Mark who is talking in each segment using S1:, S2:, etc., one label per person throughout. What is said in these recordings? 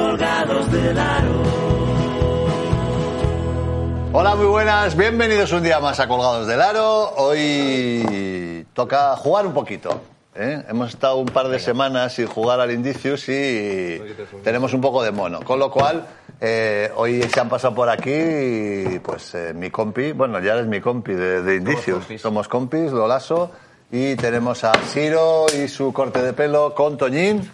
S1: colgados del aro.
S2: Hola, muy buenas. Bienvenidos un día más a Colgados del Aro. Hoy toca jugar un poquito. ¿eh? Hemos estado un par de semanas sin jugar al Indicius y tenemos un poco de mono. Con lo cual, eh, hoy se han pasado por aquí, pues eh, mi compi, bueno, ya eres mi compi de, de Indicius.
S3: compis.
S2: Somos compis, Dolaso. Y tenemos a Ciro y su corte de pelo con Toñín.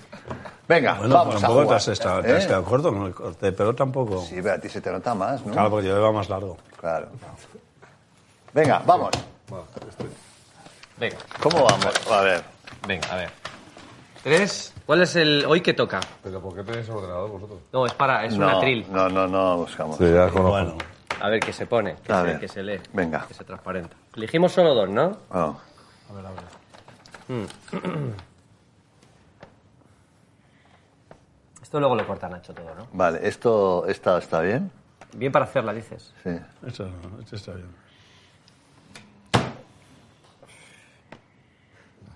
S2: Venga,
S4: Bueno,
S2: vamos a
S4: tampoco
S2: jugar.
S4: te has estado, te has
S2: ¿eh?
S4: quedado corto con el corte, pero tampoco.
S2: Sí, pero a ti se te nota más, ¿no?
S4: Claro, porque yo iba más largo.
S2: Claro. Venga, vamos.
S3: Venga,
S2: ¿Cómo vamos? A ver.
S3: venga, a ver. Tres. ¿Cuál es el hoy que toca?
S5: ¿Pero por qué tenéis ordenador vosotros?
S3: No, es para, es
S2: no,
S3: un atril.
S2: No, no, no buscamos.
S5: Sí, ya conozco.
S4: Bueno,
S3: A ver que se pone, que,
S2: A
S3: se,
S2: ver.
S3: que se lee,
S2: Venga.
S3: que se transparenta. Elegimos solo dos, ¿no?
S2: Bueno,
S3: Esto luego lo corta Nacho todo, ¿no?
S2: vale, esto esta está bien.
S3: Bien para hacerla, dices.
S2: Sí.
S4: esto, esto está bien.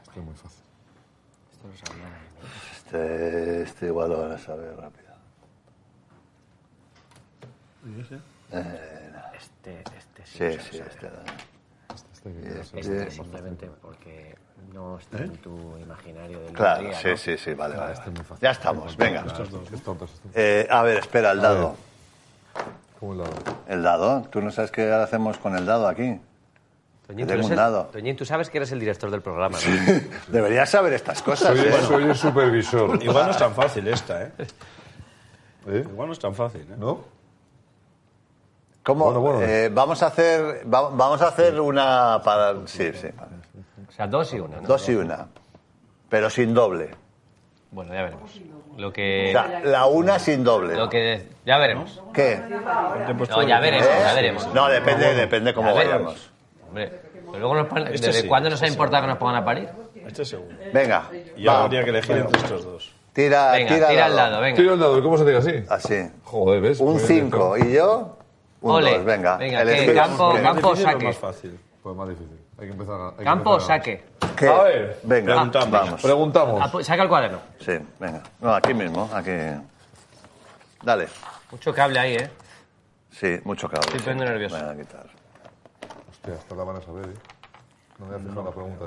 S5: Esto es muy fácil.
S2: Este, este igual lo van a saber rápido.
S3: Este, este sí.
S2: Sí, sí, este.
S5: Este, este que quiero hacer.
S3: Este simplemente porque no
S5: ¿Eh?
S3: está en tu imaginario del
S2: Claro,
S3: día,
S2: sí,
S3: ¿no?
S2: sí, sí, vale, vale.
S5: Este
S2: vale. Ya estamos, venga.
S5: Estos dos, ¿no? Estos dos, estos dos.
S2: Eh, a ver, espera, el dado.
S5: ¿Cómo lo hago?
S2: El dado. ¿Tú no sabes qué hacemos con el dado aquí?
S3: Toñín,
S2: Te
S3: tú
S2: tengo
S3: eres
S2: un
S3: el-
S2: dado.
S3: Toñín, tú sabes que eres el director del programa, ¿no?
S2: Deberías saber estas cosas.
S5: Soy,
S2: ¿eh?
S5: el- soy el supervisor.
S4: Igual no es tan fácil esta, ¿eh?
S5: ¿Eh?
S4: Igual no es tan fácil, ¿eh?
S5: ¿No?
S2: ¿Cómo?
S5: Bueno, bueno.
S2: Eh, vamos a hacer, va- vamos a hacer una para, sí, sí, vale.
S3: O sea, dos y una, ¿no?
S2: dos y una, pero sin doble.
S3: Bueno, ya veremos. Lo que...
S2: O sea, la una sin doble.
S3: Eh, Lo que... Ya veremos.
S2: ¿Qué?
S3: No, ya veremos, ya
S2: ¿Eh?
S3: veremos.
S2: No, depende, depende cómo
S3: Ya veremos.
S2: vayamos.
S3: Hombre, pero luego nos ponen-
S4: Este
S3: ¿desde
S4: sí,
S3: cuándo
S4: este
S3: nos ha
S4: sí.
S3: importado que nos pongan a parir?
S4: Este seguro.
S2: Venga,
S4: Y
S2: va,
S4: ahora habría que elegir entre estos dos.
S2: tira,
S3: Venga, tira, al lado, venga.
S5: Tiro el dado, ¿cómo se diga así?
S2: Así.
S5: Joder, ¿ves?
S2: Ah. Un
S5: Muy
S4: Pues
S5: bien,
S2: 5 y yo un
S3: Ole.
S2: 2, venga.
S3: Venga, que
S2: Elegid.
S3: campo-
S2: ¿Qué?
S3: campo-
S4: Difícil o
S3: saque.
S4: más fácil.
S5: Pues más difícil. Hay que empezar a... hay que
S3: Campo o
S5: empezar a-
S3: saque.
S2: ¿Qué?
S5: A ver.
S2: Venga,
S4: Preguntamos.
S2: vamos.
S5: Preguntamos.
S3: Apu- saca el cuaderno.
S2: Sí, venga. No, aquí mismo, aquí. Dale.
S3: Mucho cable ahí, ¿eh?
S2: Sí, mucho cable.
S3: Estoy poniendo nervioso.
S2: Venga, quitar.
S5: Hostia, esta la van a saber, ¿eh? No me voy a fijar la pregunta.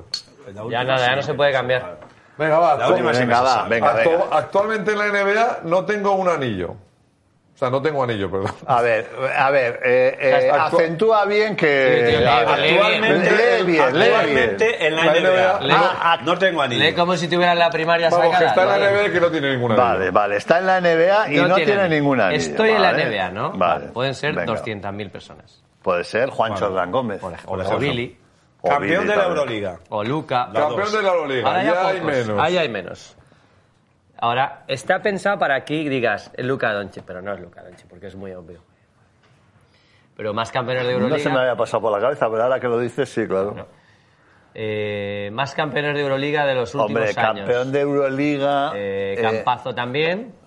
S4: La última
S3: Ya nada, ya no
S4: sí.
S3: se puede cambiar.
S5: Venga, va.
S4: La última
S5: actu-
S4: sí me
S2: Venga, va,
S4: sale.
S2: venga,
S5: actu-
S2: venga.
S5: Actualmente en la NBA no tengo un anillo. O sea, no tengo anillo, perdón.
S2: A ver, a ver, eh, eh,
S5: Actua-
S2: acentúa bien que...
S3: Sí, tío, lee,
S2: a ver,
S3: lee
S4: Actualmente,
S2: Lee bien, lee bien.
S4: actualmente en la
S5: La
S4: NBA.
S5: NBA.
S2: Ah,
S4: no tengo anillo.
S3: Lee como si tuvieras la primaria
S5: Vamos, que
S3: sacada.
S5: está en la
S3: ¿no?
S5: NBA que no tiene ninguna
S2: Vale, vale, está en la NBA y no, tiene, ninguna anillo.
S3: Estoy en la
S2: vale.
S3: NBA, ¿no?
S2: Vale.
S3: Pueden ser
S2: Venga.
S3: 200.000 personas.
S2: Puede ser Juan Chordán Gómez.
S3: Por ejemplo.
S4: ejemplo.
S3: O Billy,
S2: O
S4: Campeón
S2: Billy
S4: de la
S2: también.
S4: Euroliga.
S3: o Luca.
S4: La
S5: Campeón
S4: dos.
S5: de la Euroliga.
S3: Ahora
S5: Ya,
S3: ya
S5: hay
S3: pocos.
S5: menos.
S3: Ahí hay menos. Ahora, está pensado para que digas Luca Doncic, pero no es Luca Doncic, porque es muy obvio. Pero más campeones de Euroliga.
S2: No se me había pasado por la cabeza, pero ahora que lo dices, sí, claro.
S3: eh, más campeones de Euroliga de los últimos
S2: Hombre,
S3: años.
S2: campeón de Euroliga.
S3: Eh,
S2: eh,
S3: Campazo también. Eh,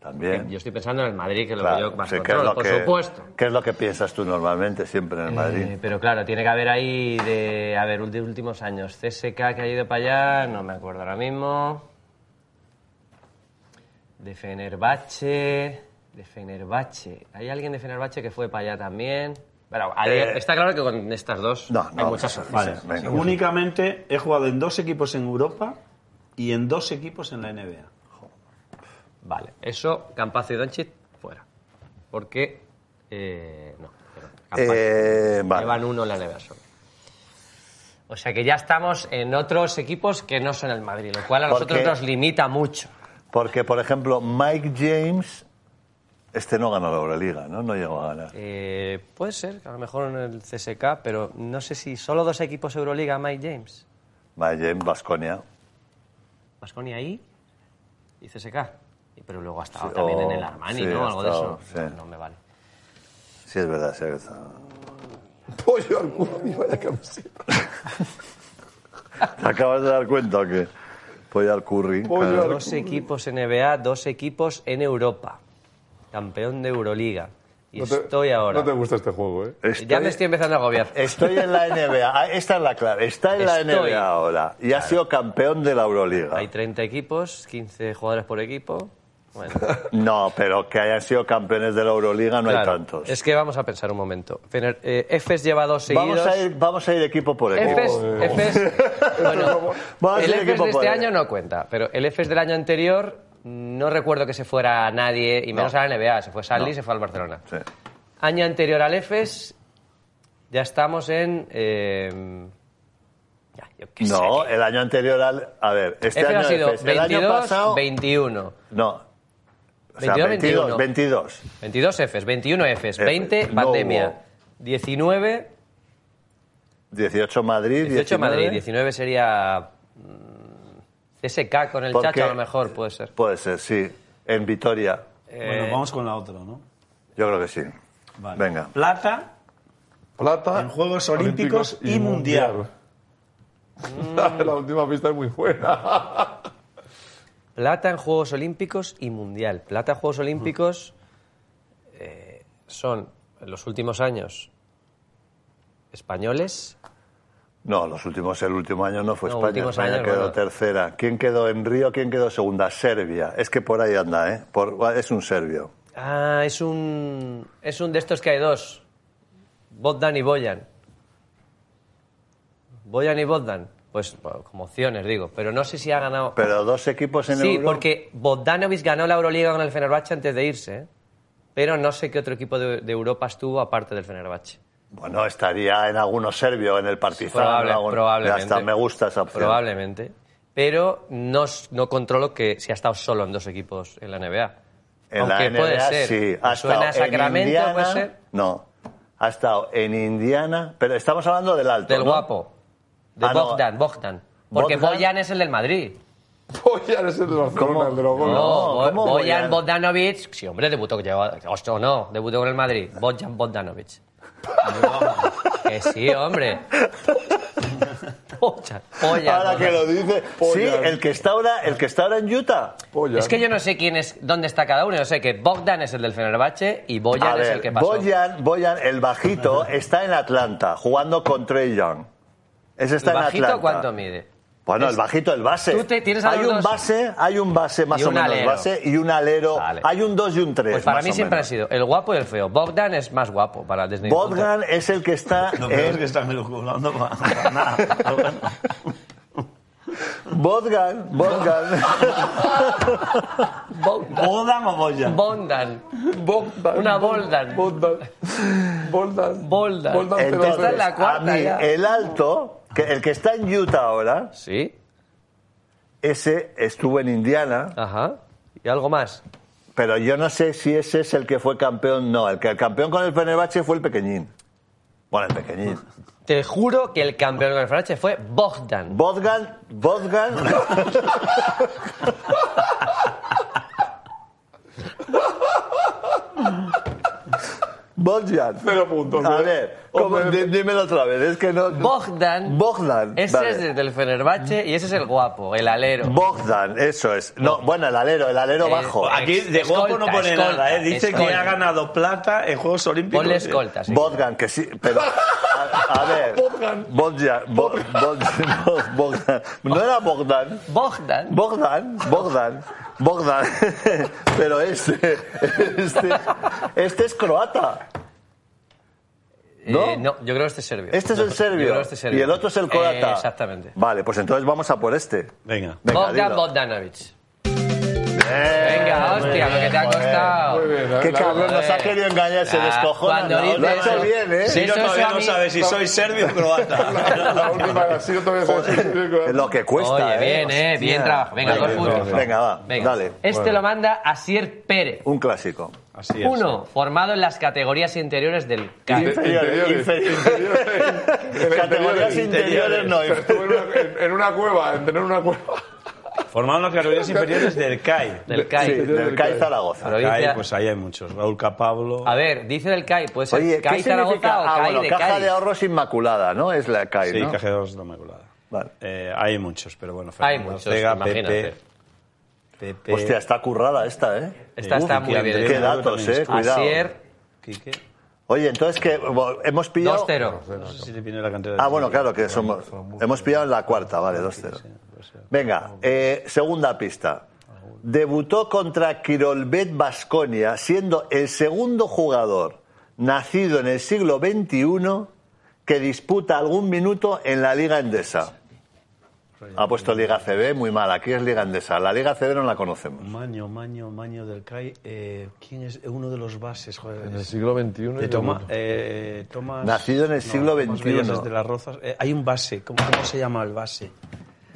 S2: también.
S3: Yo estoy pensando en el Madrid, que es lo
S2: Claro,
S3: que yo más
S2: sí, ¿qué es
S3: controlo,
S2: lo
S3: por
S2: que-
S3: supuesto.
S2: ¿Qué es lo que piensas tú normalmente siempre en el Madrid?
S3: Eh, pero claro, tiene que haber ahí de, a ver, ulti- últimos años. CSK que ha ido para allá, no me acuerdo ahora mismo. De Fenerbahce, de Fenerbahce. Hay alguien de Fenerbahce que fue para allá también. Pero a día-
S2: Eh,
S3: está claro que con estas dos
S2: no,
S3: hay
S2: no,
S3: muchas
S2: no,
S3: sorpresas.
S4: Vale.
S2: Sí, venga.
S6: Únicamente he jugado en dos equipos en Europa y en dos equipos en la NBA.
S3: Vale, eso, Campazo y Doncic, fuera. Porque, eh, no, pero Campazo.
S2: Eh, vale.
S3: Llevan uno en la NBA solo. O sea que ya estamos en otros equipos que no son el Madrid, lo cual a
S2: ¿Por
S3: nosotros
S2: qué?
S3: nos limita mucho.
S2: Porque, por ejemplo, Mike James, este no ganó la Euroliga, ¿no? No llegó a ganar.
S3: Eh, puede ser, a lo mejor en el CSK, pero no sé si solo dos equipos Euroliga, Mike James.
S2: Mike James, Vasconia.
S3: Vasconia ahí y CSK. Y- Pero luego ha estado
S2: Sí,
S3: también
S2: o-
S3: en el Armani,
S2: sí,
S3: ¿no?
S2: ha
S3: Algo
S2: estado,
S3: de eso.
S2: sí.
S3: No me vale.
S2: Sí, es verdad, sí, es verdad.
S5: Pollo al culo, mi vaya camiseta.
S2: ¿Te acabas de dar cuenta o qué? Pollo al curry.
S5: Pollo
S2: claro.
S3: Dos equipos en NBA, dos equipos en Europa. Campeón de Euroliga. Y
S5: No te-
S3: estoy ahora.
S5: No te gusta este juego, ¿eh?
S2: Estoy-
S3: Ya me estoy empezando a agobiar.
S2: Estoy en la NBA. Ah, Esta es la clave. Está en
S3: Estoy.
S2: la NBA ahora. Y ha sido campeón de la Euroliga.
S3: Hay 30 equipos, 15 jugadores por equipo.
S7: Bueno,
S2: No, pero que hayan sido campeones de la Euroliga no
S3: Claro,
S2: hay tantos.
S3: Es que vamos a pensar un momento. Fener- eh, Efes lleva dos seguidos.
S2: Vamos a, ir, vamos a ir equipo por equipo.
S3: Efes, Efes- bueno,
S2: Vamos a
S3: el
S2: ir
S3: Efes
S2: equipo
S3: de
S2: por
S3: este
S2: equipo.
S3: año no cuenta, pero el Efes del año anterior no recuerdo que se fuera a nadie, y menos
S2: No.
S3: a la NBA. Se fue Sally y se fue al Barcelona.
S2: Sí.
S3: Año anterior al Efes, ya estamos en. eh, ya, yo qué sé.
S2: No, el año anterior al. A ver, este
S3: Efes
S2: año
S3: ha sido
S2: Efes. el
S3: 22,
S2: año pasado.
S3: 21.
S2: No. O sea, 22,
S3: 22, 21.
S2: 22.
S3: 22 Efes, 21 Efes,
S2: Efes,
S3: 20
S2: no
S3: pandemia,
S2: hubo.
S3: 19
S2: 18 Madrid, 19.
S3: 18 Madrid, 19 sería mm, CSK con el
S2: Porque-
S3: Chacho a lo mejor puede ser.
S2: Puede ser, sí. En Vitoria,
S3: Eh,
S6: Bueno, vamos con la otra, ¿no?
S2: yo creo que sí.
S6: Vale.
S2: Venga.
S6: Plata
S5: Plata.
S6: en Juegos Olímpicos y Mundial.
S5: La última pista es muy buena.
S3: Plata en Juegos Olímpicos y Mundial. Plata en Juegos Olímpicos eh, son en los últimos años españoles.
S2: No, los últimos, el último año no fue
S3: No,
S2: España.
S3: últimos
S2: España
S3: años,
S2: quedó
S3: bueno.
S2: tercera. ¿Quién quedó en Río? ¿Quién quedó segunda? Serbia. Es que por ahí anda, ¿eh? Por- es un serbio.
S3: Ah, es un es un de estos que hay dos. Bogdan y Boyan. Boyan y Bogdan. Pues bueno, como opciones digo, pero no sé si ha ganado
S2: Pero dos equipos en
S3: Sí,
S2: Euro.
S3: porque Bogdanovic ganó la Euroliga con el Fenerbahce antes de irse, ¿eh? pero no sé qué otro equipo de, de Europa estuvo aparte del Fenerbahce.
S2: Bueno, estaría en alguno serbio, en el Partizan.
S3: Probable-
S2: en algún-
S3: probablemente.
S2: Ya está, me gusta esa opción.
S3: Probablemente. Pero no, s- no controlo que si ha estado solo en dos equipos en la NBA.
S2: En la
S3: Aunque
S2: NBA,
S3: puede ser.
S2: sí.
S3: Me
S2: Ha
S3: Suena a
S2: estado en
S3: Sacramento,
S2: Indiana,
S3: puede ser.
S2: No. Ha estado en Indiana, pero estamos hablando del alto.
S3: Del
S2: ¿no?
S3: guapo. De
S2: Ah, no.
S3: Bogdan, Bogdan. Porque
S2: Bogdan.
S3: Boyan es el del Madrid.
S5: Boyan es el de Barcelona, el de los goles.
S3: No, Bo-
S2: ¿cómo Boyan?
S3: Boyan Bogdanovic. Sí, hombre, debutó que lleva. Hostia, o no, debutó con el Madrid. Bojan Bogdanovic. que sí, hombre. Bojan. Boyan,
S2: Ahora que lo
S3: Bogdan.
S2: dice. Sí,
S5: Boyan.
S2: el que está ahora, el que está ahora en Utah.
S5: Boyan.
S3: Es que yo no sé quién es, dónde está cada uno. Yo sé que Bogdan es el del Fenerbahce y
S2: A
S3: Boyan es
S2: ver,
S3: el que pasó.
S2: Boyan, Boyan, el bajito, está en Atlanta, jugando con Trey Young. Ese está
S3: ¿El
S2: en
S3: bajito
S2: Atlanta.
S3: cuánto mide?
S2: Bueno,
S3: Es-
S2: el bajito, el base.
S3: Tú te- tienes a
S2: hay
S3: los
S2: un
S3: dos-
S2: base, hay un base más
S3: Y
S2: o
S3: un
S2: menos
S3: alero.
S2: base y un alero.
S3: Vale.
S2: Hay un 2 y un 3.
S3: Pues para mí siempre ha sido el guapo y el feo. Bogdan es más guapo para Disney.
S2: Bogdan es el que está
S6: Lo peor es que
S2: en...
S6: están elucubrando para, para nada. pero bueno.
S2: Bogdan, Bogdan.
S3: Bogdan.
S6: ¿Bodan o Boyan?
S3: Bogdan.
S5: Bogdan.
S3: Una Boldan.
S5: Boldan. Boldan.
S3: Boldan.
S5: Boldan te lo
S2: Entonces,
S3: Esta es la
S2: a
S3: cuarta
S2: mí,
S3: ya.
S2: el alto, que el que está en Utah ahora,
S3: Sí.
S2: ese estuvo en Indiana,
S3: Ajá. ¿Y algo más?
S2: pero yo no sé si ese es el que fue campeón. No, el que el campeón con el Fenerbahce fue el pequeñín. Bueno, el pequeñín.
S3: Te juro que el campeón con el Fenerbahce fue Bogdan.
S2: Bogdan, Bogdan, Bogdan.
S5: Cero puntos.
S2: A
S5: ¿eh?
S2: ver, ¿cómo?
S5: Hombre,
S2: Dí- dímelo otra vez, es que no...
S3: Bogdan.
S2: Bogdan.
S3: Ese
S2: vale.
S3: es el del Fenerbahce y ese es el guapo, el alero.
S2: Bogdan, eso es. No, bueno, el alero, el alero
S3: Eh,
S2: bajo.
S3: ah,
S6: Aquí de guapo no
S3: Escolta,
S6: pone
S3: escolta,
S6: nada, ¿eh? Dice que
S3: escolta.
S6: ha ganado plata en Juegos Olímpicos.
S3: Ponle escolta, sí.
S2: Bogdan, que sí, pero... A, a ver,
S5: Bogdan.
S2: Bogdan, Bo- Bogdan, Bogdan. No era Bogdan.
S3: Bogdan.
S2: Bogdan, Bogdan, Bogdan. Pero este, este, este es croata. ¿No?
S3: Eh, yo creo que este es serbio.
S2: Este es el
S3: Yo- yo
S2: serbio.
S3: creo que este es serbio.
S2: Y el otro es el
S3: Eh,
S2: croata.
S3: exactamente.
S2: Vale, pues entonces vamos a por este.
S6: Venga.
S2: Venga,
S3: Bogdan
S2: dilo.
S3: Bogdanovic.
S2: Bien,
S3: Venga,
S2: muy
S3: hostia, lo que te ha
S2: bien,
S3: costado.
S5: Muy bien, ¿eh?
S2: Qué
S5: La-
S2: cabrón,
S3: la-
S2: nos ha querido engañar, se
S3: Ah,
S2: descojona.
S3: cuando
S2: ¿no? Lo ha
S3: dices-
S2: hecho bien, ¿eh?
S6: Yo
S3: Sí. Eso
S6: todavía
S3: es a
S6: no
S3: mí-
S6: sabe si soy serbio o croata.
S5: La última que ha sido todavía se ha
S2: Lo que cuesta,
S3: Oye,
S2: ¿eh?
S3: bien, eh, bien trabajo. Venga,
S2: Venga,
S3: dos puntos.
S2: Venga, va,
S3: Venga.
S2: dale.
S3: Este lo manda Asier Pérez.
S2: Un clásico.
S8: Así es.
S3: Uno, formado en las categorías interiores del CAI.
S2: Inferiores,
S5: Interiores.
S2: inferiores.
S5: Interiores.
S2: Categorías interiores no.
S5: Estuve en una, en, en una cueva, en tener una cueva.
S6: Formado en las categorías inferiores del CAI.
S3: Del CAI.
S2: Sí, del CAI Zaragoza.
S3: Provincia-
S6: CAI, pues ahí hay muchos. Raúl Capablo.
S3: A ver, dice del CAI, puede ser
S2: Oye, ¿qué
S3: CAI Zaragoza
S2: significa?
S3: o
S2: Ah,
S3: CAI
S2: bueno,
S3: de
S2: caja
S3: CAI.
S2: de ahorros inmaculada, ¿no? Es la CAI,
S6: Sí,
S2: ¿no?
S6: Caja de Ahorros de la Inmaculada.
S2: Vale.
S6: Eh, hay muchos, pero bueno.
S3: Hay
S6: Fernando
S3: muchos,
S6: Ortega,
S3: imagínate.
S6: Pepe, Pepe.
S2: Hostia, está currada esta, ¿eh?
S3: Esta está muy
S2: Qué
S3: bien. hecha.
S2: datos, eh, cuidado.
S3: Asier,
S6: Quique.
S2: Oye, entonces que bueno, hemos pillado.
S3: 2-0.
S6: No sé si te viene la cantera. de-
S2: Ah, bueno, claro, que somos. Hemos pillado en la cuarta, vale, 2-0. Venga, eh, segunda pista.
S3: segundo.
S2: Debutó contra Kirolbet Basconia, siendo el segundo jugador nacido en el siglo XXI que disputa algún minuto en la Liga Endesa. Ha puesto Liga CB, muy mal. Aquí es Liga Endesa. La Liga CB no la conocemos.
S4: Maño, Maño, Maño del CAI. eh, ¿Quién es uno de los bases? Joder,
S5: En el
S4: es-
S5: siglo XXI.
S4: de
S5: yo
S4: Toma-
S5: voto.
S4: eh, Tomás-
S2: Nacido en el siglo
S4: Tomás
S2: XXI.
S4: Villas es de las Rozas. Eh, hay un base. ¿Cómo, cómo se llama el base?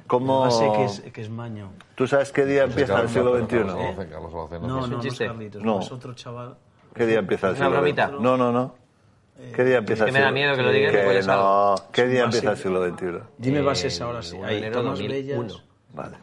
S2: ¿Cómo...
S4: El base que es, que es Maño.
S2: ¿Tú sabes qué día empieza el
S5: Carlos
S2: siglo XXI?
S5: Alcena,
S4: ¿eh?
S5: Carlos Alcena, Carlos Alcena.
S4: No, no, no es
S7: chiste?
S4: Carlitos.
S2: No.
S4: No. Es otro chaval.
S2: ¿Qué día empieza el
S7: Una
S2: siglo
S7: bromita.
S2: XXI? No, no, no. ¿Qué día empieza
S7: que
S2: el
S7: me da
S2: siglo
S7: miedo que lo digas,
S2: Que
S7: porque ya sabes.
S2: no. ¿Qué día
S4: un
S2: empieza el
S4: básico.
S2: siglo XXI?
S4: Dime
S7: Eh,
S4: bases ahora sí.
S7: uno de
S4: Ahí,
S7: enero
S4: Tomás
S7: 2001.
S4: Bellas.
S2: Vale.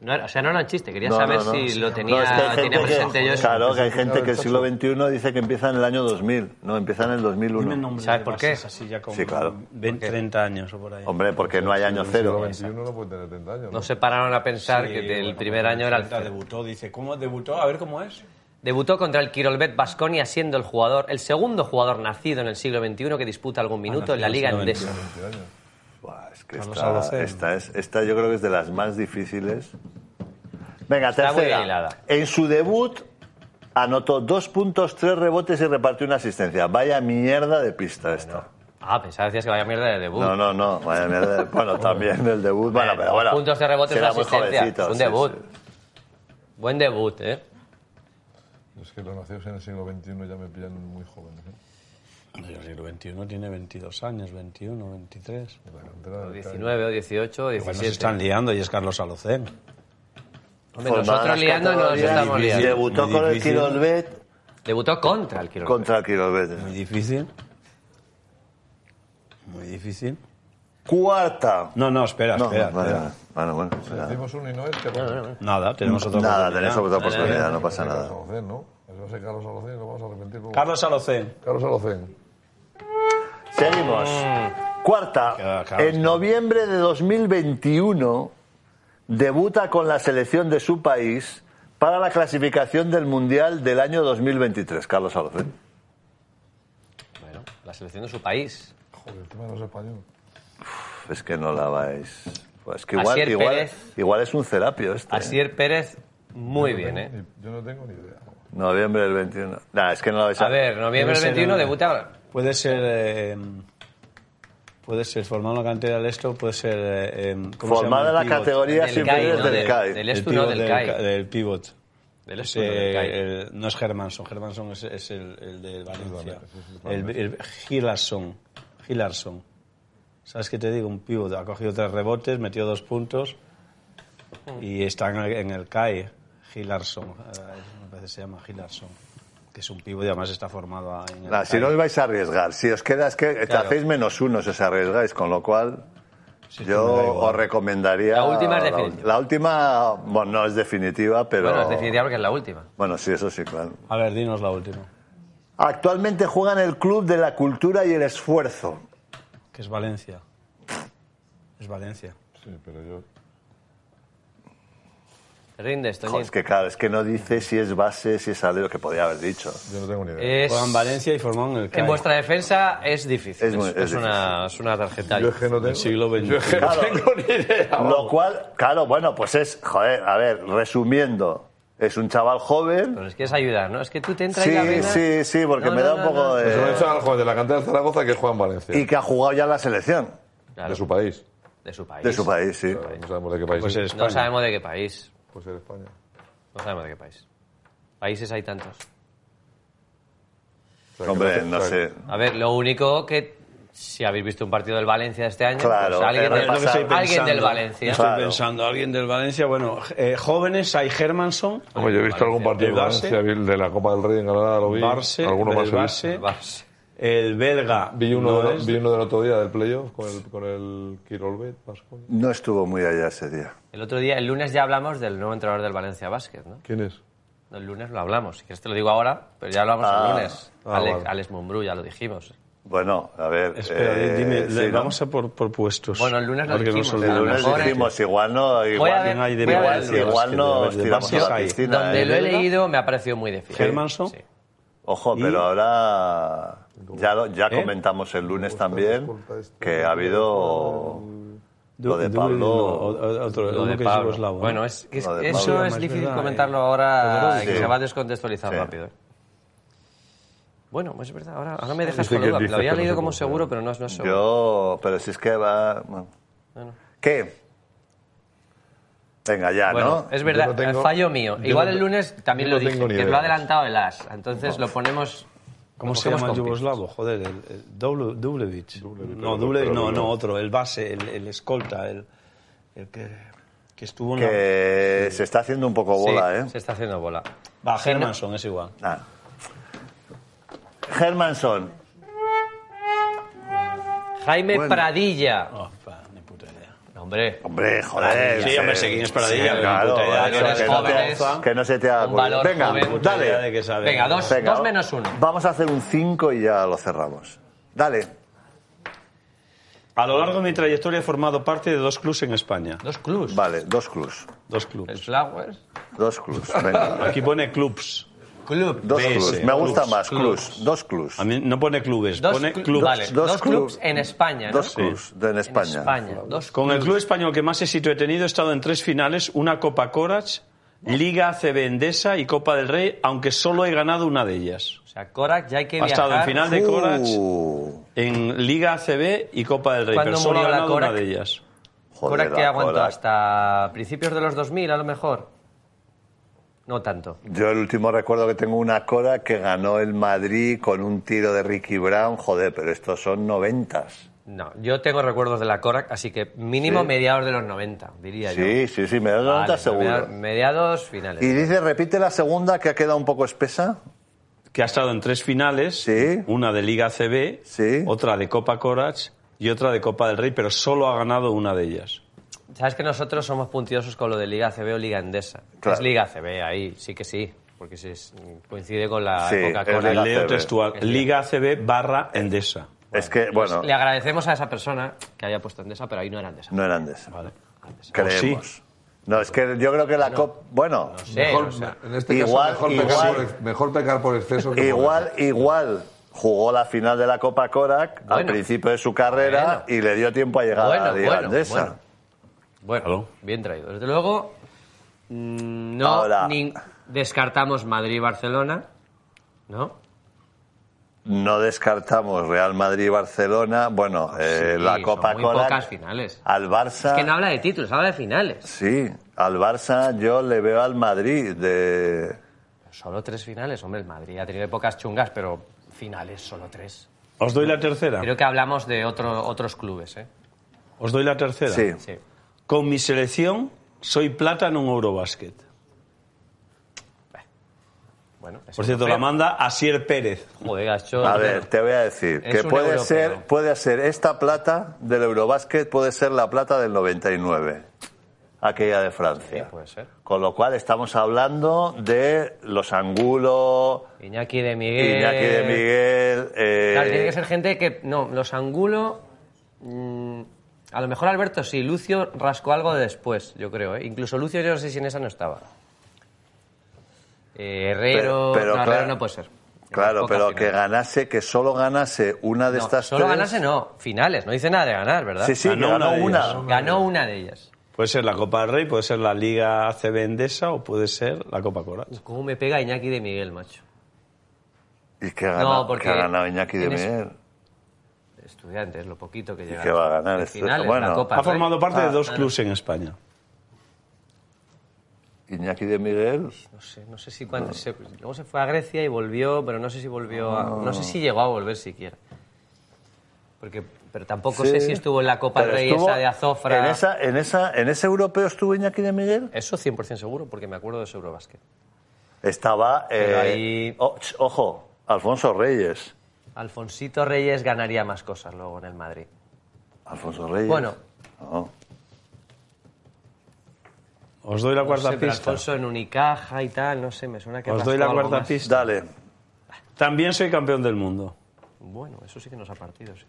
S7: No era- o sea, no era un chiste, quería
S2: No,
S7: saber
S2: no, no.
S7: si lo
S2: No,
S7: tenía,
S2: es que hay gente
S7: tenía
S2: que-
S7: presente yo.
S2: Claro, que hay gente que el siglo XXI dice que empieza en el año 2000. No, empieza en el
S4: Dime
S2: 2001.
S4: nombres
S7: ¿Sabes
S4: de
S7: por
S4: bases
S7: qué?
S4: así ya con
S2: Sí, claro.
S4: 20, 30 años o por ahí.
S2: Hombre, porque no hay año cero.
S5: El siglo XXI no puede tener 30 años.
S3: No se pararon a pensar que del primer año era el
S4: pues Celta debutó, dice, ¿cómo debutó? A ver cómo es.
S3: Debutó contra el Kirolbet Basconia siendo el jugador, el segundo jugador nacido en el siglo XXI que disputa algún minuto en la Liga
S4: nacido en el
S3: Endesa.
S2: Buah, es que
S4: Carlos
S2: esta,
S4: Alocen.
S2: esta es, esta yo creo que es de las más difíciles. Venga,
S3: Está muy bien
S2: tercera.
S3: hilada.
S2: En su debut anotó dos puntos, tres rebotes y repartió una asistencia. Vaya mierda de pista esta.
S3: Ah, pensaba que decías que vaya mierda de debut.
S2: No, no, no. Vaya mierda de- Bueno, también el debut. Bueno, pero bueno.
S3: Puntos de rebotes,
S2: será
S3: una
S2: muy
S3: asistencia.
S2: jovencito,
S3: Es un
S2: sí,
S3: debut.
S2: sí.
S3: Buen debut, ¿eh?
S5: Es que los nacidos en el siglo XXI ya me pillan muy joven. ¿eh?
S4: El siglo XXI tiene 22 años, 21, 23.
S5: La cantera del
S3: 19 o 18 o
S4: Igual nos están
S3: 17.
S4: liando y es Carlos Alocen.
S3: Hombre,
S2: Formadas
S3: nosotros liando no nos
S2: categorías,
S3: estamos liando.
S2: Debutó
S4: Muy
S2: con el
S4: difícil.
S2: Kirolbet
S3: Debutó contra el Kirolbet.
S2: contra el Kirolbet.
S4: Muy difícil. Muy difícil.
S2: Cuarta.
S4: No, no, espera,
S2: No,
S4: espera.
S2: vale,
S4: espera.
S2: vale. bueno, bueno.
S5: CAI.
S2: espera.
S5: Decimos uno y no es que pasa.
S4: Nada, tenemos otra
S2: Nada,
S4: oportunidad.
S2: tenéis otra oportunidad, no pasa
S5: Carlos
S2: nada.
S5: Alocen, ¿no? Eso va a ser Carlos Alocen y lo vamos a arrepentir. luego.
S4: Carlos Alocen.
S5: Carlos Alocen.
S2: Seguimos.
S3: Mm.
S2: Cuarta.
S4: Claro, claro,
S2: En
S4: claro.
S2: noviembre de 2021 debuta con la selección de su país para la clasificación del Mundial del año 2023. Carlos Alocen.
S3: Bueno, la selección de su país.
S5: Joder, el tema no es español.
S2: Uf, Es Pues que no la vais. Pues que igual,
S3: Asier
S2: igual,
S3: Pérez.
S2: igual es un serapio este.
S3: Asier Pérez, muy bien, ¿eh?
S5: Ni- Yo no tengo ni idea.
S2: Noviembre del 21. Nah, es que no la vais a,
S3: A ver, noviembre del
S4: Debe ser
S3: 21
S4: el-
S3: debuta...
S4: Puede ser. eh, puede ser formar una cantera del Esto, puede ser. eh, em, ¿cómo se
S2: Formada
S4: llama
S2: la
S4: el pivot?
S2: categoría
S3: Del
S2: siempre
S3: CAI,
S2: desde
S3: ¿no?
S2: del
S3: Del-
S2: CAI.
S3: del-
S4: El
S3: Estu, no,
S4: pivot
S3: del CAI.
S4: ca- del pivot.
S3: Del
S4: Es,
S3: Estu, no, del
S4: eh,
S3: CAI.
S4: el- no es Germanson, Germanson es, es el, el de Valencia. El, el Gilarson. Gilarson. ¿Sabes qué te digo? Un pivot. Ha cogido tres rebotes, metió dos puntos y está en el, en el CAE. Gilarson. eh, me parece que se llama Gilarson. Que es un pivot y además está formado a- en el
S2: Nah, Ah, si
S4: CAE.
S2: no os vais a arriesgar, si os queda es que te
S4: Claro.
S2: hacéis menos uno si os arriesgáis, con lo cual
S4: Sí, es que
S2: yo
S4: me da igual.
S2: os recomendaría...
S3: La última es
S2: la-
S3: definitiva.
S2: La, última, bueno, no es definitiva, pero...
S3: Bueno, es definitiva porque es la última.
S2: Bueno, sí, eso sí, claro.
S4: A ver, dinos la última.
S2: Actualmente juega en el Club de la Cultura y el Esfuerzo.
S4: Que es Valencia. Es Valencia.
S5: Sí, pero yo.
S3: Te Rindes, Toñín.
S2: Joder, es que claro, es que no dice si es base, si es alero, que podía haber dicho.
S5: Yo no tengo ni idea.
S3: Es-
S4: Juega en Valencia y formó en el CAE.
S3: En vuestra defensa es difícil.
S2: Es
S3: Es,
S2: muy- es
S3: es Una, es una tarjeta.
S5: Yo es que no tengo.
S4: El siglo XXI.
S5: Yo es que no
S2: Claro.
S5: tengo ni idea.
S2: Lo cual, claro, bueno, pues es, joder, a ver, resumiendo, es un chaval joven...
S3: Pero es que es ayudar, ¿no? Es que tú te entras
S2: Sí,
S3: en la vena...
S2: sí, sí, porque
S3: No,
S2: me
S3: no,
S2: da un
S3: no,
S2: poco
S3: no.
S2: de...
S5: Se me
S4: Pues
S5: ha hecho al joven de la cantera de Zaragoza que juega en Valencia.
S2: Y que ha jugado ya en la selección
S3: Claro,
S5: De su país.
S3: de su país.
S2: de su país, sí.
S5: No sabemos de qué país
S4: Pues
S5: es.
S4: es España.
S3: No sabemos de qué país.
S5: Pues es España.
S3: No sabemos de qué país. Países hay tantos.
S5: O sea, que
S2: Hombre,
S5: te-
S2: no
S5: o sea,
S2: sé.
S3: A ver, lo único que si habéis visto un partido del Valencia este año,
S2: Claro,
S3: pues alguien,
S2: era
S3: del,
S2: lo que estoy
S3: alguien del Valencia.
S4: Estoy
S2: Claro.
S4: pensando, alguien del Valencia. Bueno, eh, jóvenes hay Germanson,
S5: Hombre, yo he visto algún partido
S4: El
S5: de
S4: Barça.
S5: Valencia, vi el de la Copa del Rey en Granada, lo vi.
S4: Barse,
S5: Alguno más
S4: del
S5: he visto.
S4: Barse, el belga.
S5: Vi
S4: no
S5: uno, de-
S4: es-
S5: vi uno del otro día del playoff con el, con el Kirolbet, Vasconia.
S2: No estuvo muy allá ese día.
S3: El otro día, el lunes ya hablamos del nuevo entrenador del Valencia Basket, ¿no?
S5: ¿Quién es?
S3: No, El lunes lo hablamos. Si quieres te lo digo ahora, pero ya hablamos
S2: Ah,
S3: el lunes.
S5: ah,
S3: Alex,
S5: vale.
S3: Alex Mumbrú, ya lo dijimos.
S2: Bueno, a ver.
S4: Espera,
S2: eh,
S4: dime,
S2: sí,
S4: le-
S2: ¿no?
S4: vamos a por, por puestos.
S3: Bueno, el lunes lo
S4: Porque
S3: dijimos,
S4: nos
S2: El
S3: a lo
S4: olvidamos.
S2: lunes
S3: mejor,
S2: dijimos, igual no.
S3: Voy a
S2: Igual,
S3: ver,
S4: Alguien hay de
S3: voy a
S4: Bilbao,
S3: ver-
S2: igual,
S4: de
S2: igual
S4: básquet, de
S2: no
S4: básquet,
S2: tiramos
S4: de
S2: a la
S4: básquet.
S2: piscina.
S3: donde
S2: ¿eh?
S3: lo he leído me ha parecido muy difícil.
S4: Germanson.
S3: Sí.
S2: Ojo, pero ahora. Ya, lo- ya
S4: ¿Eh?
S2: comentamos el lunes también
S5: escolta este.
S2: que ha habido. Lo de
S4: Dublin, no,
S2: Pablo.
S4: o- o- otro,
S3: Lo
S4: uno
S3: de
S4: que es
S3: Pablo.
S4: yugoslavo, ¿no?
S3: Bueno, es, es-
S2: Lo de
S3: eso
S2: Pablo.
S3: es
S4: Es
S3: difícil
S4: verdad,
S3: comentarlo
S4: eh.
S3: ahora, que
S2: Sí.
S3: se va a descontextualizar
S2: Sí.
S3: rápido. eh. Bueno, pues es verdad, ahora, ahora me dejas
S5: Dice
S3: con
S5: que
S3: la duda.
S5: dice
S3: Lo había
S5: que no
S3: leído
S5: se
S3: como
S5: puede saber.
S3: seguro, pero no, no es seguro.
S2: Yo, pero si es que va. bueno. ¿Qué? Venga, ya,
S3: Bueno,
S2: ¿no?
S3: es verdad,
S5: Yo no tengo-
S3: fallo mío.
S5: yo
S3: Igual
S5: no
S3: el
S5: te-
S3: lunes también
S5: yo
S3: lo
S5: no
S3: dije,
S5: tengo ni
S3: que
S5: idea.
S3: lo ha adelantado el as. Entonces lo ponemos...
S4: ¿Cómo
S3: lo
S4: se llama el
S3: cogemos con
S4: yugoslavo? Joder, el, el Dublo- Dublevich. No,
S5: pero-
S4: Dublevich,
S5: pero
S4: no,
S5: Dublevich.
S4: no, otro, el base, el, el escolta, el, el que, que estuvo en la...
S2: Que se está haciendo un poco
S3: pin. Sí,
S2: bola,
S3: se
S2: ¿eh?
S3: está haciendo bola.
S4: Va, Hermanson, es igual.
S2: Ah. Hermanson.
S3: Jaime
S2: Bueno.
S3: Pradilla.
S4: Oh, pa, ni puta idea.
S3: Hombre,
S2: Hombre, joder.
S4: Sí, hombre, sé quién es Pradilla, pero
S2: claro,
S4: ni puta idea,
S2: macho,
S4: que eres
S2: que, no
S3: joven,
S2: te, que no se te haga
S3: un valor
S2: Venga,
S3: joven.
S4: Puta idea
S2: dale.
S4: de que sabe.
S3: venga, dos,
S2: Venga,
S3: dos menos uno.
S2: Vamos a hacer un 5 y ya lo cerramos. Dale.
S4: A lo largo de mi trayectoria he formado parte de dos clubs en España.
S3: Dos clubs.
S2: Vale, dos clubs.
S4: Dos
S3: El
S4: clubs.
S3: Flowers.
S2: Dos clubs. Venga.
S4: Aquí pone clubs.
S3: Club.
S2: Dos
S4: BS,
S2: clubs. Me gusta
S4: clubs,
S2: más, clubs. Dos clubs.
S4: A mí no pone clubes,
S3: Dos,
S4: pone
S3: cl-
S4: clubs.
S3: vale,
S2: Dos
S3: dos clubs
S2: clubs.
S3: en España, ¿no?
S2: Dos clubs de- en España.
S3: En España. Dos
S4: Con el club español que más éxito he tenido he estado en tres finales, una Copa Corach, Liga ACB Endesa y Copa del Rey, aunque solo he ganado una de ellas.
S3: O sea, Korak ya hay que
S4: Ha
S3: viajar.
S4: estado en final de Corach,
S2: Uh,
S4: en Liga ACB y Copa del Rey,
S3: ¿Cuándo
S4: pero solo he
S3: murió la
S4: ganado una
S3: Korac?
S4: de ellas.
S2: joder,
S3: Korak que aguantó
S2: Korak.
S3: hasta principios de los 2000, a lo mejor. No tanto.
S2: Yo el último recuerdo que tengo una Cora que ganó el Madrid con un tiro de Ricky Brown. Joder, pero estos son noventas.
S3: No, yo tengo recuerdos de la Korak, así que mínimo
S2: Sí.
S3: mediados de los 90, diría yo.
S2: Sí, sí, sí, me das
S3: Vale,
S2: noventas seguro.
S3: media- Mediados, finales.
S2: Y dice, repite la segunda que ha quedado un poco espesa.
S4: Que ha estado en tres finales,
S2: Sí.
S4: una de Liga ACB,
S2: Sí.
S4: otra de Copa Corach y otra de Copa del Rey, pero solo ha ganado una de ellas.
S3: Sabes que nosotros somos puntillosos con lo de Liga CB o Liga Endesa.
S2: Claro.
S3: Es Liga CB ahí, sí que sí, porque se es- coincide con la
S2: Sí,
S3: época
S2: es Liga
S3: Korak.
S4: Leo
S2: ACB.
S4: textual, Liga ACB barra Endesa.
S2: es que, bueno,
S3: pues Le agradecemos a esa persona que haya puesto Endesa, pero ahí no era Endesa.
S2: no eran de esas.
S3: Vale. Pues
S2: Creemos.
S4: sí.
S2: No, es que yo creo que la Copa... Bueno,
S3: Sí,
S5: Mejor-
S3: Eh, o sea,
S5: en este
S2: igual-
S5: caso, mejor,
S2: igual-
S5: pecar por, ex- mejor pecar por exceso que por
S2: igual, igual jugó la final de la Copa Korak al
S3: Bueno.
S2: principio de su carrera
S3: Bueno.
S2: y le dio tiempo a llegar a la
S3: Bueno,
S2: Liga
S3: bueno,
S2: Andesa.
S3: bueno. bueno, bien traído. Desde luego, mm, no
S2: Ahora.
S3: nin- descartamos Madrid-Barcelona, ¿no?
S2: No descartamos Real Madrid y Barcelona. Bueno, eh,
S3: Sí,
S2: la
S3: son
S2: Copa
S3: muy
S2: Korak.
S3: pocas finales.
S2: Al Barça.
S3: Es que no habla de títulos, habla de finales.
S2: Sí, al Barça yo le veo al Madrid de.
S3: Solo tres finales, hombre, el Madrid ha tenido épocas chungas, pero finales solo tres.
S4: Os doy la tercera.
S3: Creo que hablamos de otro- otros clubes, ¿eh?
S4: Os doy la tercera.
S2: Sí.
S3: Sí.
S4: Con mi selección soy plata en un Eurobasket.
S3: Bueno, es
S4: Por cierto, la
S3: europeo.
S4: manda Asier Pérez.
S3: Joder, has hecho-
S2: A ver, te voy a decir
S3: Es
S2: que
S3: un
S2: puede
S3: europeo.
S2: ser, puede ser esta plata del Eurobásquet, puede ser la plata del 99, aquella de Francia.
S3: Sí, pues. puede ser.
S2: Con lo cual estamos hablando de los Angulo,
S3: Iñaki de Miguel.
S2: Iñaki de Miguel. eh,
S3: Eh, Claro, tiene que ser gente que. No, los Angulo. mm, a lo mejor Alberto sí, Lucio rascó algo de después, yo creo. ¿eh? Incluso Lucio, yo no sé si en esa no estaba. Eh,
S2: Pero-
S3: Herrero.
S2: pero
S3: no,
S2: claro-
S3: Herrero no puede ser.
S2: Claro,
S3: Pocas
S2: pero
S3: finales.
S2: que ganase, que solo ganase una de
S3: No,
S2: estas
S3: Solo
S2: tres.
S3: ganase, no. Finales, no dice nada de ganar, ¿verdad?
S2: Sí, sí,
S4: Ganó
S2: ganó,
S4: Ah, una de
S2: una.
S4: ellas.
S3: Ganó una de ellas.
S4: Puede ser la Copa del Rey, puede ser la Liga ACB Endesa o puede ser la Copa Corach.
S3: ¿Cómo me pega Iñaki de Miguel, macho?
S2: ¿Y que ha ganado,
S3: porque
S2: que ha ganado Iñaki de
S3: tienes-
S2: Miguel?
S3: Estudiantes, lo poquito que llega.
S2: qué va a ganar
S3: De
S2: esto?
S3: finales,
S2: Bueno,
S3: la Copa
S4: Ha
S3: del Rey.
S4: formado parte de
S2: Ah,
S4: dos clubes en España.
S2: Iñaki de Miguel.
S3: No sé, no sé si cuando se- luego se fue a Grecia y volvió, pero no sé si volvió a, no sé si llegó a volver siquiera. Porque pero tampoco
S2: Sí.
S3: sé si estuvo en la Copa del
S2: Pero
S3: Rey
S2: estuvo-
S3: esa de Azofra.
S2: En, esa, en, esa, ¿En ese europeo estuvo Iñaki de Miguel?
S3: Eso 100% seguro porque me acuerdo de ese Eurobásquet.
S2: Estaba.
S3: Pero
S2: eh,
S3: ahí-
S2: o- ch- ojo, Alfonso Reyes.
S3: Alfonsito Reyes ganaría más cosas luego en el Madrid.
S2: Alfonso Reyes. Oh,
S3: Bueno.
S2: No.
S4: Os doy la cuarta
S3: No sé, pero
S4: pista.
S3: Alfonso en Unicaja y tal, no sé, me suena que
S4: Os doy la
S3: rascó algo
S4: cuarta
S3: más.
S4: pista.
S2: Dale.
S4: También soy campeón del mundo.
S3: Bueno, eso sí que nos ha partido, sí.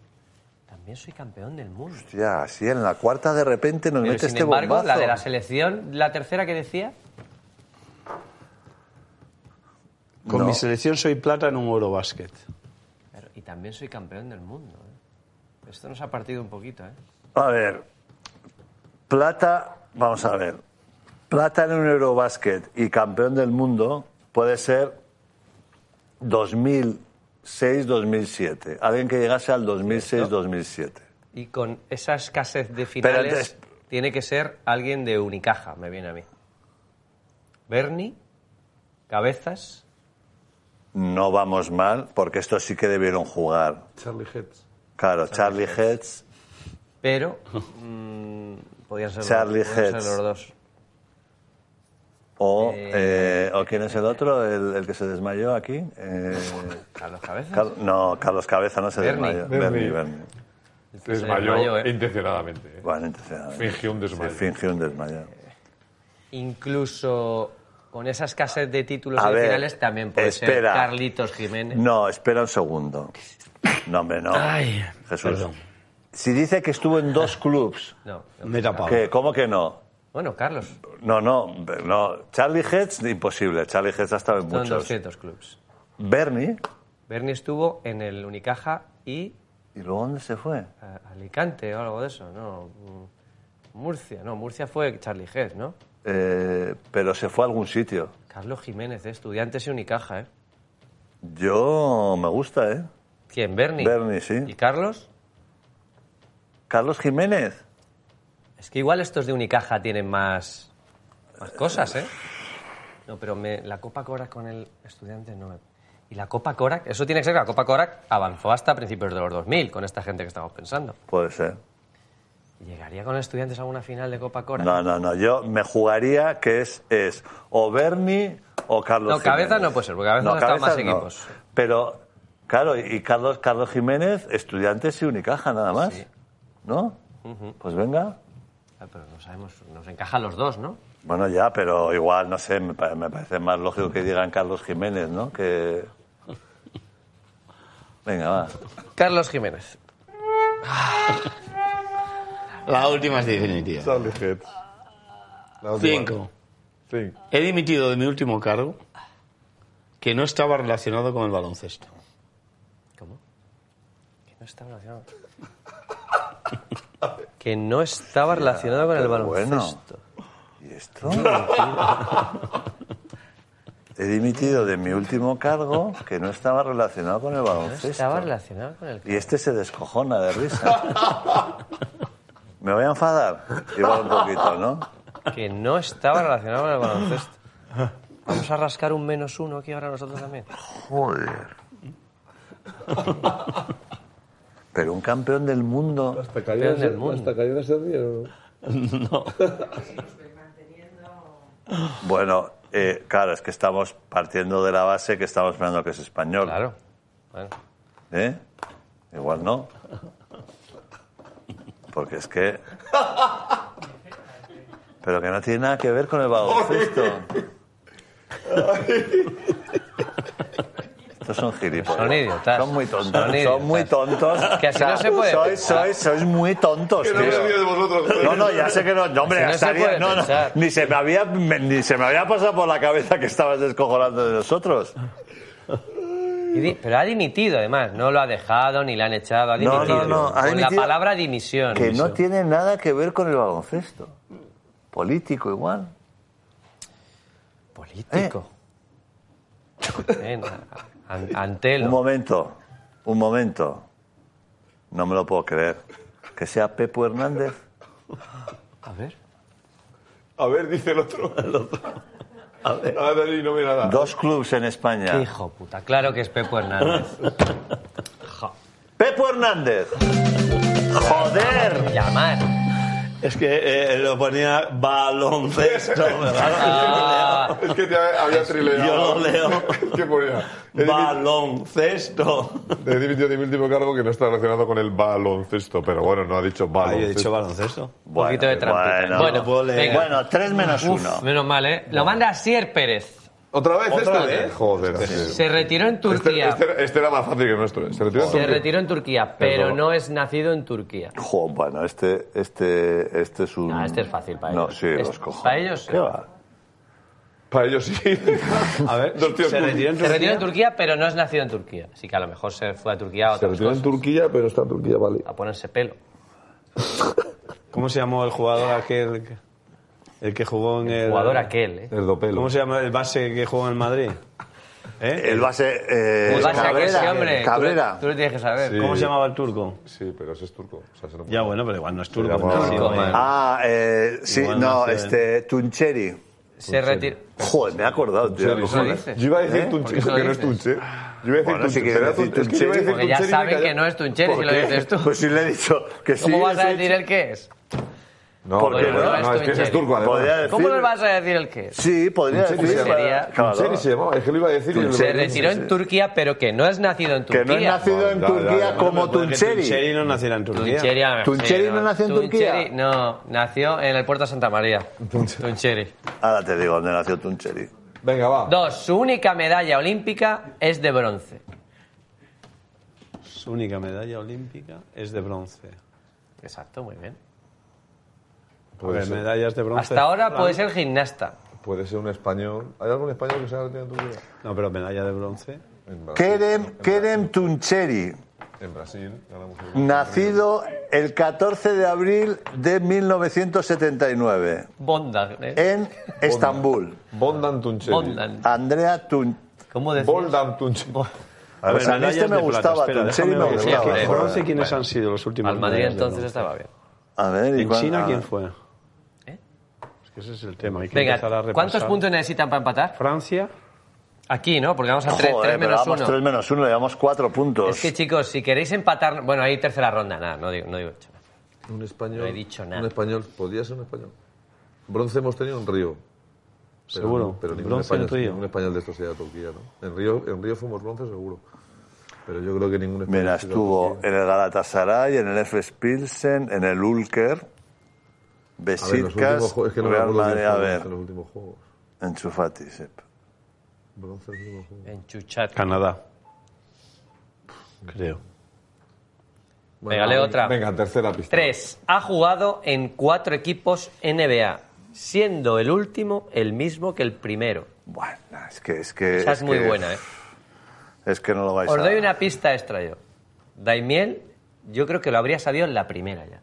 S3: También soy campeón del mundo.
S2: Ya, sí, en la cuarta de repente nos
S3: Pero
S2: mete
S3: sin
S2: este
S3: embargo,
S2: bombazo.
S3: la de la selección, la tercera que decía,
S4: Con
S2: No.
S4: mi selección soy plata en un Eurobasket.
S3: Pero- y también soy campeón del mundo. ¿eh? Esto nos ha partido un poquito, ¿eh?
S2: A ver. Plata, vamos a ver. Plata en un Eurobasket y campeón del mundo puede ser 2006-2007. Alguien que llegase al 2006-2007.
S3: Y con esa escasez de finales,
S2: Pero
S3: tiene que ser alguien de Unicaja, me viene a mí. Berni, Cabezas,
S2: No vamos mal, porque estos sí que debieron jugar.
S5: Charlie Heads.
S2: Claro, Charlie Heads.
S3: pero mm, podían ser,
S2: Charlie
S3: podían ser
S2: Heads.
S3: los dos.
S2: O, eh, ¿O quién es el otro? ¿El, el que se desmayó aquí? Eh,
S3: Carlos Cabezas.
S2: Cal- no, Carlos Cabeza no se
S3: Berni.
S2: desmayó.
S5: Berni.
S2: Berni, Berni.
S5: Se desmayó
S3: desmayó, ¿eh?
S5: intencionadamente. ¿eh?
S2: Bueno, entonces,
S5: Fingió un desmayo.
S2: Sí, fingió un desmayo.
S3: Incluso con esa escasez de títulos
S2: A
S3: y de
S2: ver,
S3: finales también puede ser
S2: espera.
S3: Carlitos Jiménez.
S2: No, espera un segundo. No, hombre, no.
S4: Ay,
S2: Jesús.
S4: perdón.
S2: Si dice que estuvo en dos clubs,
S3: No.
S4: Me he tapado.
S2: ¿qué? ¿cómo que no?
S3: Bueno, Carlos,
S2: No, no, no. Charlie Heads, imposible. Charlie Heads ha estado en
S3: son
S2: muchos.
S3: 200 clubs.
S2: Bernie,
S3: Berni estuvo en el Unicaja y
S2: ¿y luego dónde se fue?
S3: a- Alicante o algo de eso, ¿no? Mm, Murcia, no, Murcia fue Charlie Hess, ¿no?
S2: Eh, pero se fue a algún sitio.
S3: Carlos Jiménez, eh, estudiantes y Unicaja, ¿eh?
S2: Yo me gusta, ¿eh?
S3: ¿Quién? Berni.
S2: Berni,
S3: ¿Y
S2: sí.
S3: Carlos?
S2: Carlos Jiménez.
S3: Es que igual estos de Unicaja tienen más, más cosas, ¿eh? No, pero me- la Copa Korak con el estudiante no me... Y la Copa Korak, eso tiene que ser que la Copa Korak avanzó hasta principios de los 2000 con esta gente que estamos pensando.
S2: Puede ser.
S3: ¿Llegaría con estudiantes a una final de Copa Korak?
S2: No, no, no. Yo me jugaría que es, es o Bernie o Carlos
S3: No,
S2: Jiménez.
S3: Cabezas no puede ser, porque Cabezas ha estado en más
S2: Cabezas no.
S3: equipos.
S2: Pero, claro, y Carlos, Carlos Jiménez, estudiantes y Unicaja nada más. ¿No? Pues venga.
S3: Ah, pero no sabemos, nos encajan los dos, ¿no?
S2: Bueno, ya, pero igual, no sé, me, pa- me parece más lógico que digan Carlos Jiménez, ¿no? Que. Venga, va.
S3: Carlos Jiménez.
S9: La última es definitiva.
S5: Charlie Heads. La última.
S9: Cinco.
S5: Cinco.
S9: He dimitido de mi último cargo que no estaba relacionado con el baloncesto.
S3: ¿Cómo? Que no estaba relacionado. que no estaba relacionado con el
S2: pero bueno.
S3: baloncesto.
S2: ¿Y esto? He dimitido de mi último cargo que no estaba relacionado con el
S3: No estaba
S2: baloncesto.
S3: relacionado con el
S2: Y este se descojona de risa. Me voy a enfadar. Igual un poquito, ¿no?
S3: que no estaba relacionado con el baloncesto. Vamos a rascar un menos uno aquí ahora nosotros también.
S2: Joder. Pero un campeón del mundo.
S5: Hasta Cañada
S3: Campeón del
S5: se-
S3: mundo.
S5: hasta Cañada se ríe, ¿o no?
S2: Bueno, eh, claro, es que estamos partiendo de la base que estamos pensando que es español.
S3: Claro. Bueno,
S2: ¿Eh? Igual no. Porque es que. Pero que no tiene nada que ver con el baloncesto. Estos son gilipollas.
S3: Son idiotas.
S2: Son muy tontos.
S3: Son
S2: Son,
S3: idiotas.
S2: muy tontos.
S3: Que así no se puede
S2: Sois, sois, sois muy tontos,
S5: Que no me
S2: tío.
S5: río de vosotros.
S2: No, no, ya sé que no. No, hombre,
S3: Así no
S2: ya
S3: se
S2: estaría-
S3: puede
S2: no, no,
S3: pensar.
S2: ni, se me había, me- ni se me había pasado por la cabeza que estabas descojonando de nosotros.
S3: Y di- pero ha dimitido además, no lo ha dejado ni le han echado, ha
S2: No, no,
S3: dimitido.
S2: no, ha
S3: con
S2: dimitido-
S3: la palabra dimisión.
S2: Que no tiene nada que ver con el baloncesto. Político igual.
S3: Político. Ven, a- Eh, an- Antelo.
S2: Un momento, un momento. No me lo puedo creer. Que sea Pepo Hernández.
S3: A ver.
S5: A ver, dice el otro. A ver. A ver, y no ve nada.
S2: Dos clubs en
S3: Qué
S2: España.
S3: Hijo puta, claro que es Pepo Hernández. Jo,
S2: Pepo Hernández. Joder.
S3: llamar.
S9: Es que eh, lo ponía baloncesto. ¿verdad?
S3: Ah.
S5: Es que te había trileado.
S9: Yo lo leo.
S5: ¿Qué ponía? He dimitido-
S9: baloncesto.
S5: He dimitido de mi último cargo que no está relacionado con el baloncesto, pero bueno, no ha dicho
S4: Ah, yo
S5: baloncesto.
S4: he dicho baloncesto.
S3: poquito de trampita.
S2: bueno,
S3: Bueno,
S2: bueno,
S3: venga.
S2: tres menos
S3: Uf,
S2: uno.
S3: menos mal, ¿eh? Lo manda Sier Pérez.
S5: ¿Otra vez
S3: ¿Otra
S5: esta?
S3: vez?
S5: Joder, sí.
S3: Se retiró en
S5: Este,
S3: Turquía.
S5: este era- este era más fácil que nuestro. ¿eh? Se retiró en
S3: Se
S5: Turquía.
S3: retiró en Turquía, pero no es nacido en Turquía.
S2: Jo, bueno, este, este, este es un.
S3: Ah, este es fácil para
S2: No,
S3: ellos.
S2: sí,
S3: Es-
S2: los cojones.
S3: para ellos,
S2: ¿Qué
S3: eh.
S2: va?
S5: Para ellos sí.
S4: A ver,
S5: Dos tíos
S4: se
S5: turcos.
S4: retiró en
S3: Se retiró
S4: Turquía.
S3: en Turquía, pero no es nacido en Turquía. Así que a lo mejor se fue a Turquía a
S5: Se
S3: otras
S5: retiró en
S3: cosas.
S5: Turquía, pero está en Turquía, vale.
S3: A ponerse pelo.
S4: ¿Cómo se llamó el jugador aquel? que- El que jugó en el.
S3: Jugador aquel, ¿eh?
S5: El dopelo.
S4: ¿Cómo se llama el base que jugó en el Madrid? ¿Eh?
S2: El base. eh,
S3: El base aquel, sí,
S2: Cabrera.
S3: hombre. Tú-
S2: Cabrera.
S3: Tú, lo tienes que saber.
S5: Sí.
S4: ¿Cómo se llamaba el turco?
S5: Sí, pero ese es turco. O sea, ese no
S4: Ya bueno, pero igual no es turco.
S5: llamaba-
S4: no, sí,
S5: Turco,
S4: bueno.
S2: Ah, eh, sí,
S4: Igual
S2: no,
S4: nació en-
S2: este. Tuncheri.
S3: Se retiró.
S2: Joder, me he acordado, tío.
S5: Tuncheri,
S3: ¿Cómo
S5: sí.
S3: dices?
S5: Yo iba a decir
S2: ¿Eh?
S5: Tunche,
S3: ¿Por qué lo
S5: que no es
S3: dices?
S5: Tunche. Yo iba a decir
S2: Bueno, si
S5: Tunche.
S2: quieres
S5: Era
S2: decir
S5: Tunche, es que yo iba a decir
S3: Porque ya
S5: Tunche y me
S3: saben que
S5: callé.
S3: no es Tuncheri si
S2: ¿Por
S3: lo
S2: qué?
S3: dices tú.
S2: Pues si le he dicho que sí.
S3: ¿Cómo vas a
S2: sí.
S3: decir el qué es?
S5: No,
S2: Porque
S5: pero-
S2: no
S5: no,
S3: es
S5: es que ese es
S3: Tuncheri.
S5: turco,
S2: Podría
S5: además.
S2: decir.
S3: ¿Cómo nos vas a decir el qué es?
S2: Sí, podría
S5: Tuncheri
S2: decir.
S3: se llama.
S2: claro.
S5: Tuncheri se llamaba, es que lo iba a decir y
S3: Se
S2: Tuncheri.
S5: lo-
S3: retiró en Turquía, pero que no es nacido en
S2: Que
S3: Turquía.
S2: no es nacido en
S5: Ya, ya, ya.
S2: Turquía
S5: Bueno,
S2: como
S4: Pero puede que
S2: Tuncheri.
S4: Tuncheri no naciera en Turquía.
S3: Tuncheri, a ver,
S2: ¿Tuncheri no nació en Turquía?
S3: Tuncheri, No, nació en el puerto de Santa María. Tuncheri.
S2: Ahora te digo dónde nació Tuncheri.
S5: Venga, va.
S3: Dos, su única medalla olímpica es de bronce.
S4: Su única medalla olímpica es de bronce.
S3: Exacto, muy bien.
S4: A
S5: Puede
S4: ver,
S5: ser.
S4: medallas de bronce.
S3: Hasta ahora pues- puede ser gimnasta.
S5: Puede ser un español. ¿Hay algún español que sea nacido en Turquía?
S4: No, pero medalla de bronce.
S5: En Brasil.
S2: Kerem, Kerem Tuncheri,
S5: En Brasil. ganamos el-
S2: nacido el 14 de abril de 1979
S3: Bonda. ¿eh?
S2: en Estambul.
S5: Bondan Tuncheri.
S3: Bondan.
S2: Andrea Tun.
S3: ¿Cómo decías?
S5: Bondan Tuncheri.
S2: A,
S4: ver,
S2: mí este
S4: medallas
S2: me
S4: de plata.
S2: gustaba,
S4: Espera,
S2: Tuncheri me
S4: déjame ver.
S2: gustaba.
S4: ¿Quién-
S5: eh,
S2: joder.
S4: bronce quiénes han sido los últimos?
S3: Al Madrid
S4: medallas de
S3: entonces
S4: bronce?
S3: estaba bien.
S2: A ver, ¿y
S4: ¿En
S2: cuál-
S4: China
S2: ah,
S4: quién fue?
S3: ¿Eh?
S4: Es que ese es el tema. Hay que
S3: Venga,
S4: empezar a repasar.
S3: ¿cuántos puntos necesitan para empatar?
S4: Francia.
S3: Aquí, ¿no? Porque vamos a 3,
S2: Joder, pero
S3: menos
S2: vamos 3
S3: 1.
S2: menos 1, llevamos 4 puntos.
S3: Es que, chicos, si queréis empatar... Bueno, ahí tercera ronda, nada, no digo, no digo hecho.
S5: Un español.
S3: No he dicho nada.
S5: Un español. Podría ser un español. Bronce hemos tenido en Río. Pero-
S4: Seguro.
S5: Pero ningún
S4: Bronce en
S5: español,
S4: Río.
S5: ningún español de estos sea de Turquía, ¿no? En Río, en Río fuimos bronce, seguro. Pero yo creo que ningún español.
S2: Mira,
S5: sea de
S2: estuvo
S5: Turquía.
S2: en el Galatasaray, en el FS Pilsen, en el Ulker,
S5: A ver, los últimos
S2: Besiktas,
S5: juegos. Es que no me
S2: Real
S5: acuerdo
S2: Madrid,
S5: quién
S2: a
S5: fue
S2: ver, eh.
S5: en los últimos juegos.
S2: enchufati, Sep.
S5: Bronce en los últimos juegos.
S3: Enchuchar.
S4: Canadá. Creo.
S3: Venga, lee otra.
S5: Venga, tercera pista.
S3: 3. Ha jugado en cuatro equipos NBA, siendo el último el mismo que el primero.
S2: Bueno, es que... Es que
S3: Esa es, muy
S2: que-
S3: buena, ¿eh?
S2: Es que no lo vais a...
S3: Os doy una pista extra yo. Daimiel, yo creo que lo habría sabido en la primera ya.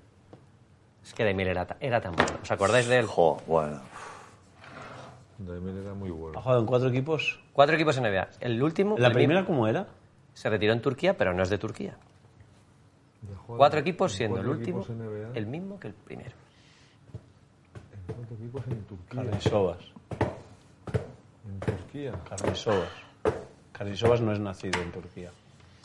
S3: Es que Daimiel era, ta- era tan bueno. ¿Os acordáis de él?
S2: Jo, bueno.
S5: Daimiel era muy bueno.
S4: ¿Ha jugado en cuatro equipos?
S3: Cuatro equipos NBA. El último
S4: ¿La
S3: el
S4: primera
S3: mismo,
S4: cómo era?
S3: se retiró en Turquía, pero no es de Turquía.
S5: Ha jugado
S3: Cuatro
S5: en-
S3: equipos
S5: en
S3: siendo
S5: cuatro
S3: el último
S5: equipos NBA,
S3: el mismo que el primero.
S5: en cuatro equipos en Turquía.
S4: Carlisovas.
S5: En Turquía.
S4: Carlisovas. Carlisovas no es nacido en Turquía.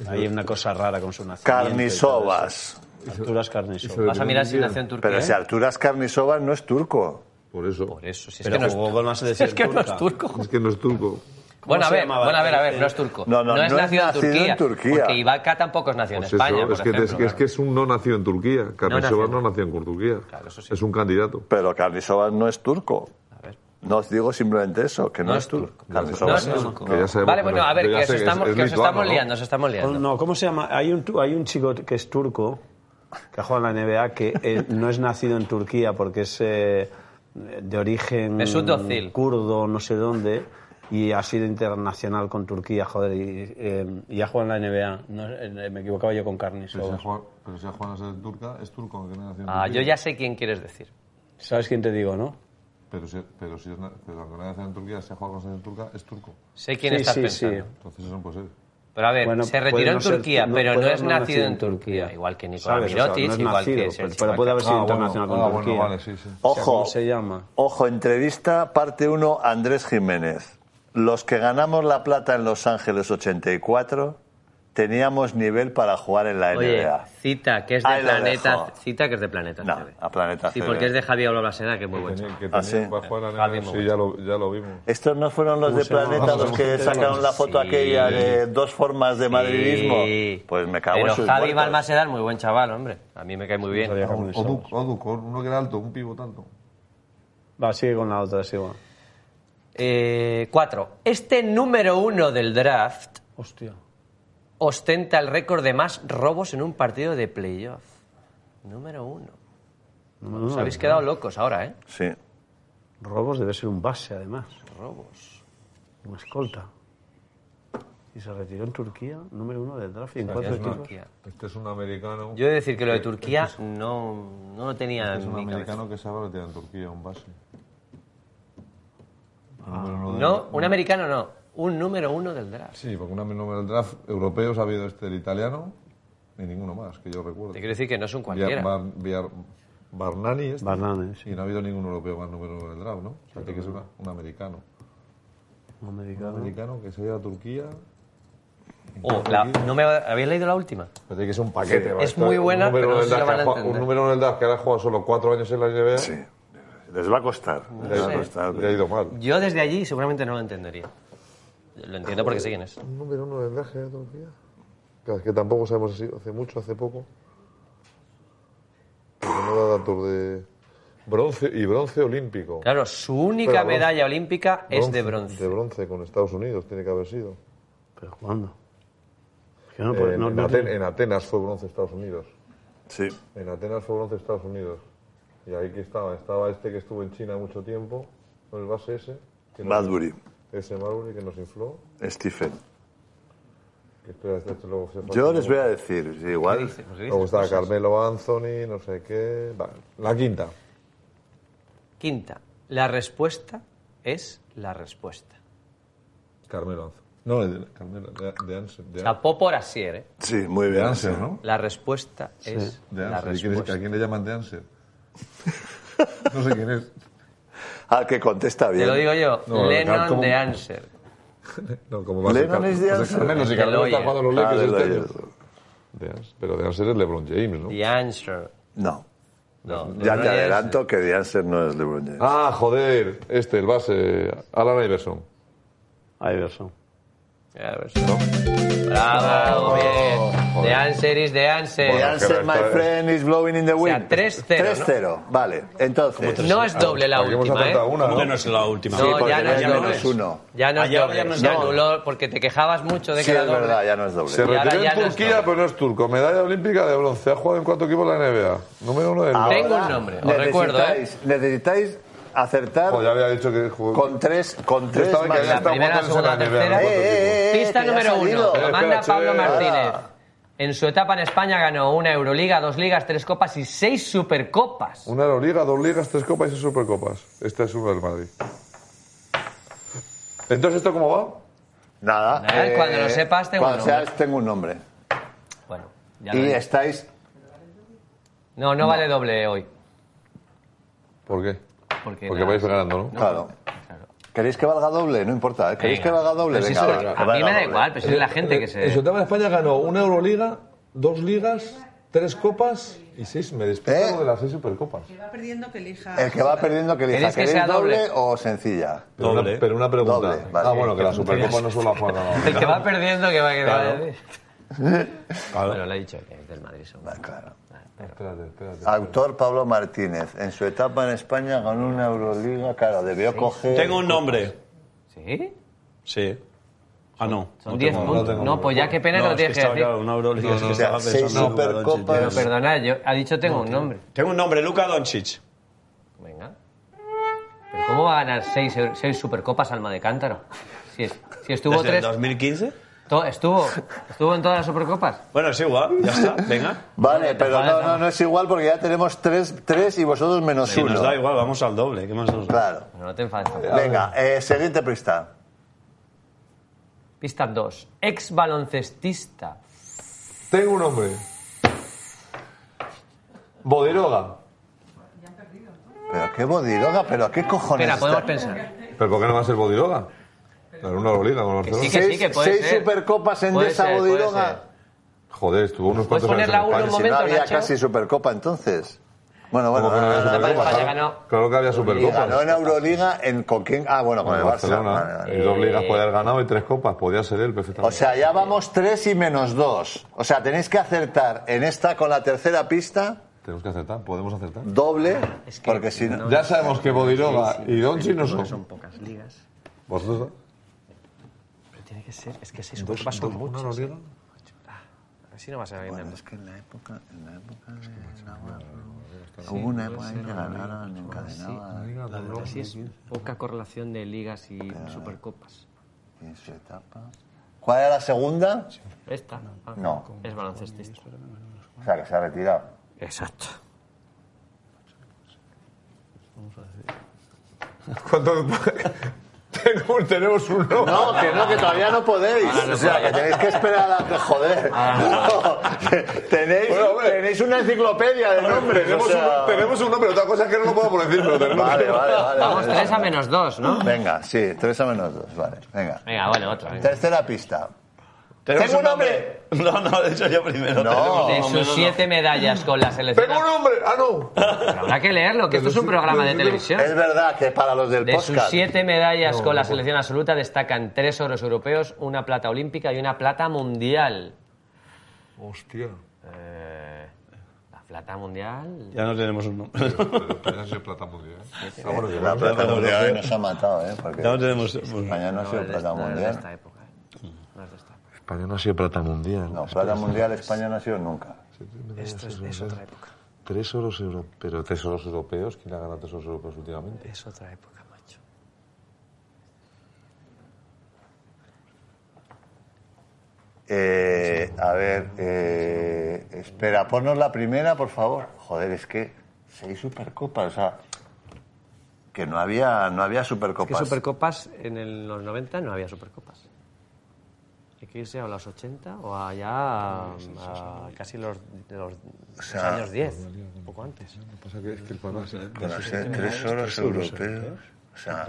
S4: Hay una cosa rara con su nacimiento.
S2: Carnisovas.
S4: y todo eso. Arturas Carnisovas.
S3: Vas a mirar si nació en Turquía. ¿eh?
S2: Pero si Arturas Carnisovas no es turco.
S5: Por eso.
S3: Por eso, si es
S4: Pero
S3: que no es,
S4: jugó con la selección
S3: es que no es
S4: turca.
S3: turco.
S5: Es que no es turco.
S3: Bueno, a
S4: se
S3: ver,
S4: llamaba? Eh,
S3: bueno, a ver, a ver, no es turco.
S2: No, no,
S3: es
S2: no es nacido
S3: nacido, en, Turquía,
S2: en Turquía.
S3: Porque Ibaka tampoco es nacido en
S5: Pues
S3: España,
S5: eso,
S3: por
S5: es, que,
S3: ejemplo.
S5: es, que, es
S3: claro.
S5: que es un no nacido en Turquía. Carlisovas
S3: nacido.
S5: no, nació en Turquía.
S3: Claro, eso sí.
S5: Es un candidato.
S2: Pero Carnisovas no es turco.
S3: A ver.
S2: No os digo simplemente eso, que no,
S3: No
S2: es
S3: es
S2: turco.
S3: turco.
S5: No
S2: Carnisovas
S5: es turco. Que ya sabemos
S3: Vale,
S5: que
S3: bueno,
S5: no-
S3: a ver,
S5: yo ya
S3: que os
S5: sé que es-
S3: estamos,
S5: es
S3: que os
S5: lituano,
S3: estamos
S5: ¿no?
S3: liando, os estamos
S4: Oh,
S3: liando.
S4: No, ¿cómo se llama? Hay un, tu- hay un chico que es turco, que ha jugado en la NBA, que eh, no es nacido en Turquía porque es eh, de origen
S3: Mesut Özil.
S4: kurdo, no sé dónde, y ha sido internacional con Turquía, joder, y, eh, y ha jugado en la NBA. No, eh, me equivocaba yo con
S5: Pero si ha
S4: Carnisovas.
S5: jugado- pero si ha jugado a ser turca, es turco. Que no nació en
S3: Ah, yo
S5: Turquía.
S3: ya sé quién quieres decir.
S4: ¿Sabes quién te digo, no?
S5: Pero si, pero si es, na- pero aunque no nació en Turquía, si ha jugado con selección turca, es turco.
S3: Sé quién
S4: Sí,
S3: estás
S4: sí,
S3: pensando.
S4: sí.
S5: Entonces eso no puede ser.
S3: Pero a ver,
S4: Bueno,
S3: se
S4: puede
S3: retiró en
S4: no ser-
S3: Turquía,
S4: no-
S3: pero no
S4: puede
S3: es nacido en Turquía. Igual que Nicolás
S4: ¿Sabes? O sea,
S3: Mirotic,
S4: no es
S3: igual
S4: nacido,
S3: que
S4: pero,
S3: Serge
S4: pero puede haber sido
S5: Ah, bueno,
S4: internacional
S5: ah,
S4: con
S5: bueno,
S4: Turquía.
S5: vale, sí, sí.
S3: Oh,
S4: O sea, ¿cómo
S2: Ojo.
S4: se llama?
S2: Ojo, entrevista parte 1, Andrés Jiménez. Los que ganamos la plata en Los Ángeles 84 teníamos nivel para jugar en la
S3: Oye,
S2: NBA.
S3: cita que es de
S2: Ahí lo
S3: Planeta,
S2: dejo.
S3: cita que es de Planeta
S2: No,
S3: TV.
S2: a Planeta
S3: Sí,
S2: TV.
S3: porque es de Javier Olavaseda, que es muy bueno.
S5: Tenía- que
S2: Ah,
S5: tenía-
S2: sí.
S5: va a jugar a
S3: Javi
S5: Neymar, sí,
S3: Mouret.
S5: ya lo, ya lo vimos.
S2: Estos no fueron los de Planeta los que sacaron la foto
S3: Sí.
S2: aquella de dos formas de madridismo.
S3: Sí.
S2: Pues me cago en
S3: Pero
S2: sus
S3: Javi
S2: muertos.
S3: Balmaseda es muy buen chaval, hombre. A mí me cae muy bien.
S5: Oduc, Oduc, uno que era alto, un pivo tanto.
S4: Va, sigue con la otra, sigue.
S3: Eh, cuatro. Este número uno del draft
S4: Hostia.
S3: ostenta el récord de más robos en un partido de playoff. Número uno. Os habéis quedado locos ahora, ¿eh?
S2: Sí.
S4: Robos debe ser un base, además.
S3: Robos.
S4: Un escolta.
S9: Y se retiró en Turquía, número uno de draft, y en cuatro
S5: es una-
S9: equipos.
S5: Este es un americano. este
S3: Yo he de decir que lo de Turquía no, no lo tenía
S5: es
S3: en
S5: un
S3: mi cabeza.
S5: americano que se ahora tiene en Turquía, un base.
S3: Ah. No, un americano no. Un número uno del draft.
S5: Sí, porque un número del draft europeos ha habido este el italiano y ninguno más, que yo recuerdo.
S3: Te quiero decir que no es un
S5: Viar-
S3: cualquiera.
S5: Bar- Viar- Barnani este.
S9: Barnane, sí,
S5: Y no ha habido ningún europeo más número uno en el draft, ¿no? O sea, tiene que ser una- un americano.
S9: un
S5: Un
S9: americano.
S5: americano que se ha ido a Turquía.
S3: Oh, la- no me, ¿Habéis leído la última?
S5: Pero tiene que ser un paquete. ¿vale?
S3: es
S5: Está
S3: muy buena,
S5: un
S3: pero
S5: número uno
S3: no
S5: en el
S3: se la
S5: draft que
S3: van a
S5: ha jugado-
S3: entender.
S5: Un número en el draft que ahora ha jugado solo cuatro años en la NBA.
S10: Sí. Les va a costar. Les va a
S3: sé.
S10: costar.
S5: Le ha ido mal.
S3: Yo desde allí seguramente no lo entendería. Lo entiendo porque sé quién es.
S5: Un número uno del draft que ha ido a Turquía. Claro, es que tampoco sabemos si hace mucho, hace poco. Porque no da datos de. Bronce y bronce olímpico.
S3: Claro, su única
S5: Pero bronce.
S3: medalla olímpica es de bronce.
S5: De bronce con Estados Unidos tiene que haber sido.
S9: ¿Pero cuándo? Que no, puede-
S5: en,
S9: no-
S5: Eh, en
S9: no
S5: Aten-
S9: tiene-
S5: en Atenas fue bronce Estados Unidos.
S10: Sí.
S5: En Atenas fue bronce Estados Unidos. Y ahí que estaba, estaba este que estuvo en China mucho tiempo, con el base ese. que nos-
S10: Bradbury.
S5: Ese Marbury que nos infló.
S10: Stephen.
S5: Que espera, este- este luego se fue
S10: Yo
S5: hace
S10: les voy a decir, sí, igual.
S5: Luego estaba
S3: Pues
S5: Carmelo Anthony, no sé qué. Va, La quinta.
S3: Quinta, la respuesta es la respuesta.
S5: Carmelo Anthony. No, de, Carmelo, de, de Ansen. De,
S3: Tapó por Asier, ¿eh?
S10: Sí, muy
S5: de
S10: bien.
S5: Ansen, ¿no?
S3: La respuesta es
S5: De
S3: la
S5: Ansen. ¿Y quién es-
S3: respuesta.
S5: ¿A quién le llaman de Ansen? No sé quién es.
S2: Ah,
S10: Al que contesta bien.
S3: Te lo digo yo,
S5: No,
S3: Lennon
S5: ¿cómo?
S3: de Answer.
S5: No, como va a ser
S10: Lennon
S5: Car-
S10: es de
S5: va a ser
S10: Ansen.
S5: Carmelo, si Carmelo
S3: Deloyer.
S5: está jugando en los
S10: Ah,
S5: Lakers este
S10: Deloyer.
S5: año. De Ansen, Pero de Ansen es LeBron James, ¿no?
S3: The Answer.
S10: No.
S3: No,
S10: Ya
S3: no
S10: te
S3: es-
S10: adelanto que Dianser no es LeBron James.
S5: Ah, joder, este, el base, Alan Iverson.
S9: Ah, Iverson.
S3: A ver, no. Bravo, bien. The Answer is the Answer.
S2: The
S5: Oh, Bueno,
S2: answer,
S5: que
S2: my
S5: va, está-
S2: friend, is blowing in the wind.
S3: 3-0, ¿no?
S2: 3-0, vale. Entonces,
S3: no es doble la
S5: Porque hemos
S3: última, ¿eh?
S5: acertado una,
S8: ¿Cómo
S5: ¿no?
S8: que no es la última?
S3: No,
S2: porque
S3: ya no es
S2: ya
S3: doble.
S2: menos uno.
S3: Ya no es
S8: Ah, ya-
S3: doble.
S8: ya no es
S3: Se
S8: doble.
S3: anuló porque te quejabas mucho de que
S2: sí,
S3: era
S2: es
S3: doble.
S2: verdad, ya no es doble.
S5: Se
S3: Y ahora
S5: retiró
S3: ya
S5: en
S3: no es
S5: Turquía,
S3: doble.
S5: pero no es turco. Medalla olímpica de bronce. Ha jugado en cuatro equipos de la NBA. Número uno del
S2: Ahora
S3: Tengo un nombre, os recuerdo, ¿eh?
S2: necesitáis- Necesitáis acertar
S5: Joder, ya había dicho que jugó.
S2: con tres, con
S5: Yo
S2: tres
S5: estaba que
S2: más.
S5: había
S3: la
S5: estado
S3: primera,
S5: cuatro veces en la
S3: segunda,
S5: NBA.
S3: tercera.
S5: no
S2: Eh, eh, eh,
S3: Pista
S2: que ya ha
S3: número
S2: salido.
S3: uno, lo
S5: Espera,
S3: manda
S5: che,
S3: Pablo
S5: ahora.
S3: Martínez. En su etapa en España ganó una Euroliga, dos ligas, tres copas y seis supercopas.
S5: Una Euroliga, dos ligas, tres copas y seis supercopas. Este es uno del Madrid. Entonces, ¿esto cómo va?
S2: Nada. eh,
S3: Nada, cuando lo sepas, tengo
S2: cuando
S3: un nombre.
S2: seas, tengo un nombre.
S3: Bueno, ya lo
S2: Y
S3: digo.
S2: estáis.
S3: No, no vale doble hoy.
S5: ¿Por qué?
S3: Porque,
S5: Porque
S3: nada,
S5: vais ganando, ¿no?
S2: Claro. ¿Queréis que valga doble? No importa. ¿eh? ¿Queréis
S3: Venga.
S2: que valga doble?
S3: Pero si
S2: Venga,
S3: eso-
S2: va, que
S3: a mí
S2: valga
S3: me da
S2: doble.
S3: igual, pero si es la gente que
S5: En su
S3: se...
S5: etapa en España ganó una Euroliga, dos ligas, tres copas y seis. Me despierto
S2: ¿Eh?
S5: lo de las seis supercopas.
S11: va perdiendo que elija.
S2: El que va perdiendo que elija.
S3: ¿Queréis que
S2: ¿Queréis
S3: sea doble?
S2: doble o sencilla?
S5: Pero
S8: Doble.
S5: una, pero una pregunta.
S2: Doble, vale.
S5: Ah, bueno, que la Supercopa no solo ha jugado.
S3: El que va perdiendo que va a quedar...
S5: Claro.
S3: Bueno, lo he dicho, que es del Madrid seguro.
S2: Ah, Claro.
S5: Espérate, espérate.
S2: Autor Pablo Martínez. En su etapa en España ganó una Euroliga. Claro, debió coger.
S8: Tengo un nombre.
S3: ¿Sí?
S8: Sí. Ah, no.
S3: Son 10 puntos. No, pues ya qué pena que
S8: No,
S3: lo
S8: es que
S3: tienes que
S8: estaba
S3: decir.
S8: claro, una Euroliga es que
S2: O sea,
S8: estaba
S2: seis
S8: pensando en Luka Doncic.
S2: supercopas.
S3: Pero perdonad, yo, ha dicho tengo un nombre.
S8: Tengo un nombre, Luka Doncic.
S3: Venga. ¿Pero cómo va a ganar seis, eur- seis supercopas alma de cántaro? Si, es- si estuvo
S8: ¿Desde el
S3: tres...
S8: 2015?
S3: to- estuvo, estuvo en todas las supercopas.
S8: Bueno, es igual, ya está, venga.
S2: Vale, pero no,
S3: jodas,
S2: no, no es igual porque ya tenemos tres, tres y vosotros menos
S8: Si nos
S2: uno.
S8: da igual, vamos al doble. ¿Qué más nos da?
S2: Claro.
S3: No, no te enfades. tampoco.
S2: Venga, eh, siguiente pista.
S3: Pista 2. Ex baloncestista.
S5: Tengo un nombre. Boderoga.
S2: Pero qué bodiroga, pero qué cojones.
S3: Espera, podemos
S2: está-
S3: pensar.
S5: ¿Pero por qué no va a ser Bodiroga? Ganó una Euroliga con Barcelona.
S3: sí, que-
S2: Seis,
S3: puede
S2: seis
S3: ser.
S2: supercopas en
S3: Puede
S2: esa
S3: ser, puede
S2: bodiroga.
S5: Joder, estuvo unos
S3: ¿Puedes
S5: cuantos
S3: poner
S5: años
S3: la
S5: en
S3: uno un
S5: España.
S2: Si no
S3: momento,
S2: había
S3: Nacho?
S2: casi supercopa entonces. Bueno, bueno,
S5: ¿Cómo que no había
S2: no, no, no,
S5: Supercopa?
S3: España
S5: Claro-
S3: ganó.
S5: Claro que había
S2: Y
S5: Supercopa.
S2: ganó en Euroliga en Eh, con quién? Ah, bueno, con el
S5: Con el
S2: Barça.
S5: Barcelona.
S2: Vale, vale.
S5: Y dos ligas podía haber ganado y tres copas. Podía ser él
S2: O
S5: perfectamente.
S2: sea, ya vamos tres y menos dos. O sea, tenéis que acertar en esta con la tercera pista
S5: Tenemos que acertar. Podemos acertar.
S2: doble, porque si no.
S5: Ya sabemos que Bodiroga y Donchi no son.
S3: Son pocas ligas.
S5: ¿Vosotros?
S3: Pero tiene que ser. Es que seis supercopas son muchas.
S5: Euroliga?
S3: Así no vas a ganar.
S2: Es que en la época, en la época de Navarro, hubo una época en que ganaron, encadenaban
S3: Así es poca correlación de ligas y supercopas.
S2: en su etapa. ¿Cuál era la segunda?
S3: Esta. Ah,
S2: No.
S3: Es baloncestista.
S2: O sea, que se ha retirado.
S3: Exacto.
S5: ¿Cuánto Tengo- tenemos un no?
S2: No, que no, que todavía no podéis.
S3: Ah,
S2: o sea, que tenéis que esperar a que joder. No, que tenéis,
S5: Bueno, hombre.
S2: tenéis una enciclopedia de nombres.
S5: tenemos,
S2: o sea-
S5: un, tenemos un nombre, otra cosa es que no lo podemos decir, pero tenemos
S2: Vale, vale, vale.
S3: Vamos
S2: vale.
S3: tres a menos dos, ¿no?
S2: Venga, sí, tres a menos dos, vale. Venga.
S3: Venga, vale, otra. venga.
S2: Tercera pista.
S8: ¿Tenemos
S2: ¿Tengo un
S8: No, no, de hecho yo primero.
S2: No.
S3: De sus siete medallas con la selección.
S5: ¡Tengo un nombre! ¡Ah, no!
S3: Pero Habrá que leerlo, que esto es un programa de televisión.
S2: Es verdad que para los del
S3: De sus
S2: podcast.
S3: siete medallas con la selección absoluta destacan tres oros europeos, una plata olímpica y una plata mundial.
S5: Hostia.
S3: Eh, la plata mundial.
S8: Ya no tenemos un nombre.
S5: Podría ser plata mundial. Ah, bueno, que
S2: La
S5: bueno,
S2: plata mundial nos ha matado, ¿eh? Porque
S8: Ya no tenemos.
S2: España no ha sido plata
S3: No es de
S2: mundial.
S3: esta época. ¿eh? No es de esta época.
S5: España no ha sido plata mundial.
S2: No, plata mundial España no ha sido nunca.
S5: Esto es, otra época. Tres oros europeos. Pero tres oros europeos, ¿quién ha ganado tres oros europeos últimamente?
S4: Es otra época, macho.
S2: Eh, a ver, eh, espera, ponnos la primera, por favor. Joder, es que seis supercopas, o sea, que no había, no había
S3: Que
S2: supercopas.
S3: supercopas en el- los 90 no había supercopas. Hay que irse a los 80 o allá a, a casi los, los, los años 10, un poco antes.
S5: Pasa que es que el problema es
S2: Con los tres- tres oros europeos. O sea,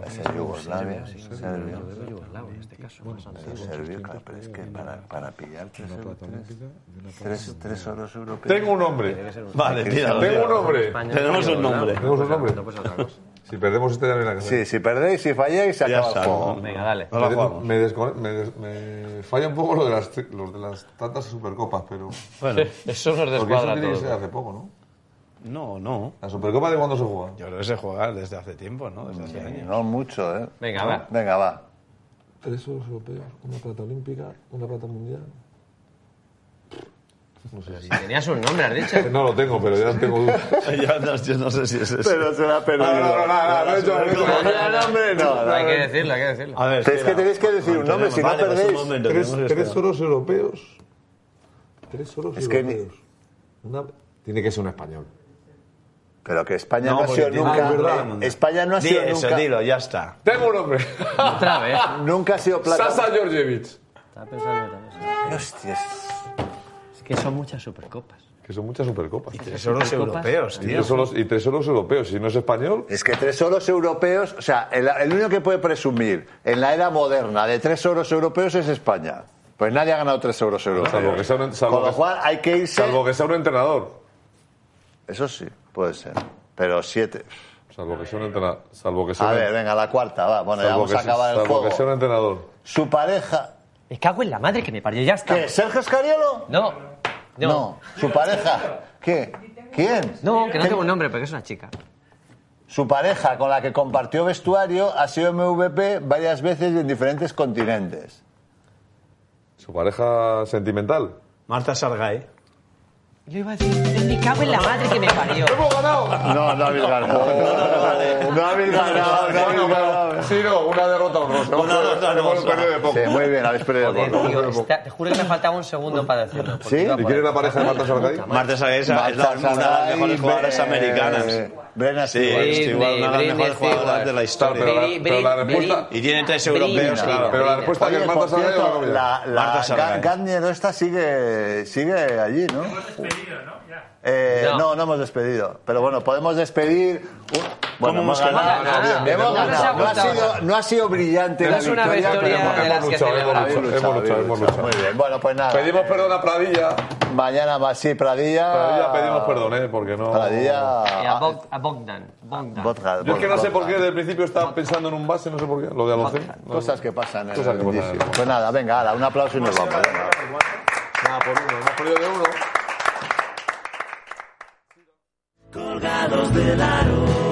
S2: va a ser Yugoslavia, Serbia,
S3: Pero yugoslavo en este caso. más antiguo.
S2: Serbia, claro, pero es que para, para pillar tres, euros, tres, tres- tres oros europeos.
S5: Tengo un nombre.
S8: Vale, tíralo.
S5: Tengo un
S8: tíralo.
S5: nombre.
S3: España,
S8: Tenemos un
S3: yugoslavo.
S8: nombre.
S5: Tenemos un nombre.
S3: No, pues otra cosa.
S5: Si perdemos este ya no hay nada que hacer.
S2: Sí, si perdéis, si falláis, se
S8: Ya
S2: acaba el
S8: está,
S2: juego.
S8: ¿no?
S3: Venga, dale.
S8: No la
S5: Me-
S8: jugamos.
S5: Me, descone- me des- me falla un poco lo de las, tri- los de las tantas supercopas, pero.
S8: Bueno,
S4: Eso nos
S5: Porque eso
S4: descuadra
S5: tiene que ser
S4: todo.
S5: hace poco, ¿no?
S8: no, no.
S5: ¿La supercopa de cuándo se juega?
S8: Yo creo que se juega desde hace tiempo, ¿no? Desde hace años.
S2: No mucho, ¿eh?
S3: Venga, va.
S2: Venga, va.
S5: Tres oros europeos, una plata olímpica, una plata mundial.
S3: Pues Tenías un nombre, has dicho.
S5: Eh, No lo tengo, pero ya tengo dudas.
S8: Ya no, yo no sé si es eso.
S2: Pero se la ha perdido.
S5: No, no, no, no, no, no he hecho- no he hecho-
S2: No, no, no, hombre, no, no,
S3: Hay
S2: no.
S3: que decirlo, hay que decirlo.
S8: A ver,
S2: Es que
S8: espera.
S2: tenéis que decir un nombre, si no
S8: Vale, pues
S2: perdéis.
S8: un momento,
S5: Tres,
S8: tenemos que
S5: tres
S8: esperar.
S5: oros europeos. Tres oros
S2: Es que ni-
S5: europeos. Una- Tiene que ser un español.
S2: Pero que España no,
S8: No,
S2: ha sido
S8: porque tiene-
S2: nunca.
S8: Ah, es verdad.
S2: España no ha
S8: Di
S2: sido
S8: eso,
S2: nunca.
S8: dilo, ya está.
S5: Tengo un nombre.
S3: Otra vez.
S2: Nunca ha sido plata.
S5: Sasa Georgievich.
S3: Estaba pensando también.
S2: Hostias.
S3: Es que son muchas supercopas.
S5: Que son muchas supercopas.
S8: Tres oros europeos,
S5: Y
S8: tío.
S5: tres oros, y tres oros europeos. Si no es español,
S2: Es que tres oros europeos, o sea, el, el único que puede presumir en la era moderna de tres oros europeos es España. Pues nadie ha ganado tres oros europeos.
S5: Salvo que sea un- salvo
S2: Con lo
S5: que-
S2: cual hay que irse.
S5: salvo que sea un entrenador.
S2: Eso sí, puede ser. Pero siete.
S5: Salvo que sea un entrenador. Salvo que sea
S2: A
S5: un-
S2: ver, venga, la cuarta, va. Bueno, ya
S5: salvo
S2: vamos
S5: que
S2: a
S5: sea-
S2: acabar el
S5: salvo que sea un
S2: juego.
S5: entrenador.
S2: Su pareja.
S4: Me cago en la madre que me parió, ya está.
S2: ¿Qué? ¿Sergio Escariolo?
S3: No.
S2: No. ¿Su pareja? ¿Qué? ¿Quién?
S3: No, que no tengo un nombre, porque es una chica.
S2: Su pareja con la que compartió vestuario ha sido MVP varias veces y en diferentes continentes.
S5: Su pareja sentimental.
S8: Marta Sargay.
S4: Yo iba a decir, me cago en la madre que me parió.
S5: ¡Hemos ganado!
S2: No, no habéis ganado. No habéis ganado, no habéis ganado.
S5: Sí, no, una derrota honrosa. Una derrota Hemos perdido de poco.
S2: Sí, muy bien, habéis perdido
S3: Joder,
S2: el voto.
S3: tío, está- te juro que me faltaba un segundo para decirlo. porque
S2: ¿Sí?
S3: iba
S2: ¿Y
S5: ¿Y
S3: por
S5: quién es
S3: ahí.
S5: la pareja de Marta Sargay?
S8: Marta Sargay es, la- es la- una de las mejores jugadoras americanas.
S2: Brenna
S8: Sí,
S2: Stewart.
S5: Pues
S8: es igual una de las
S3: Britney
S8: mejores jugadoras
S3: Stewart.
S8: de la
S5: Claro,
S8: historia.
S5: pero la,
S3: Brin,
S5: pero la
S3: Brin,
S5: respuesta...
S8: Y tiene tres
S3: Brin,
S8: europeos,
S3: Brin.
S8: claro.
S5: Pero la respuesta que
S2: Oye,
S5: es
S2: por
S5: Marta Sargay o la
S2: cierto,
S5: novia.
S2: la, la
S8: Marta Sargay.
S2: Ga- Garnier esta sigue, sigue allí, ¿no? Eh,
S3: No.
S2: no. no, hemos despedido. Pero bueno, podemos despedir. Bueno,
S8: hemos ganado?
S2: ganado.
S3: Nada, nada.
S2: Hemos
S3: No nos
S2: ganado.
S3: ha
S2: No ha,
S3: gustado.
S2: sido, no ha sido brillante
S3: Pero
S2: la
S3: es una
S2: victoria,
S3: victoria
S2: pero
S3: de las
S5: Hemos
S3: que
S5: luchado,
S3: celebramos.
S5: hemos
S2: Habéis
S5: luchado,
S2: luchado,
S5: hemos luchado,
S2: habéis
S5: hemos
S2: luchado.
S5: luchado.
S2: Muy bien, bueno, pues nada.
S5: Pedimos perdón a Pradilla.
S2: Mañana más, sí, Pradilla.
S5: Pradilla pedimos perdón, ¿eh? Porque no...
S2: Pradilla.
S3: Y Eh, a, Bog- a Bogdan. Bogdan.
S2: Vodka,
S5: Yo es que no sé por
S2: vodka.
S5: qué desde el principio estaba pensando en un base, no sé por qué, lo de Alonso. No,
S2: Cosas que pasan en
S5: Cosas
S2: el
S5: que pasan en el
S2: inicio.
S5: programa.
S2: Pues nada, venga, ala, un aplauso y nos vamos. venga.
S5: nada, por uno, hemos perdido de uno.
S12: Colgados del aro.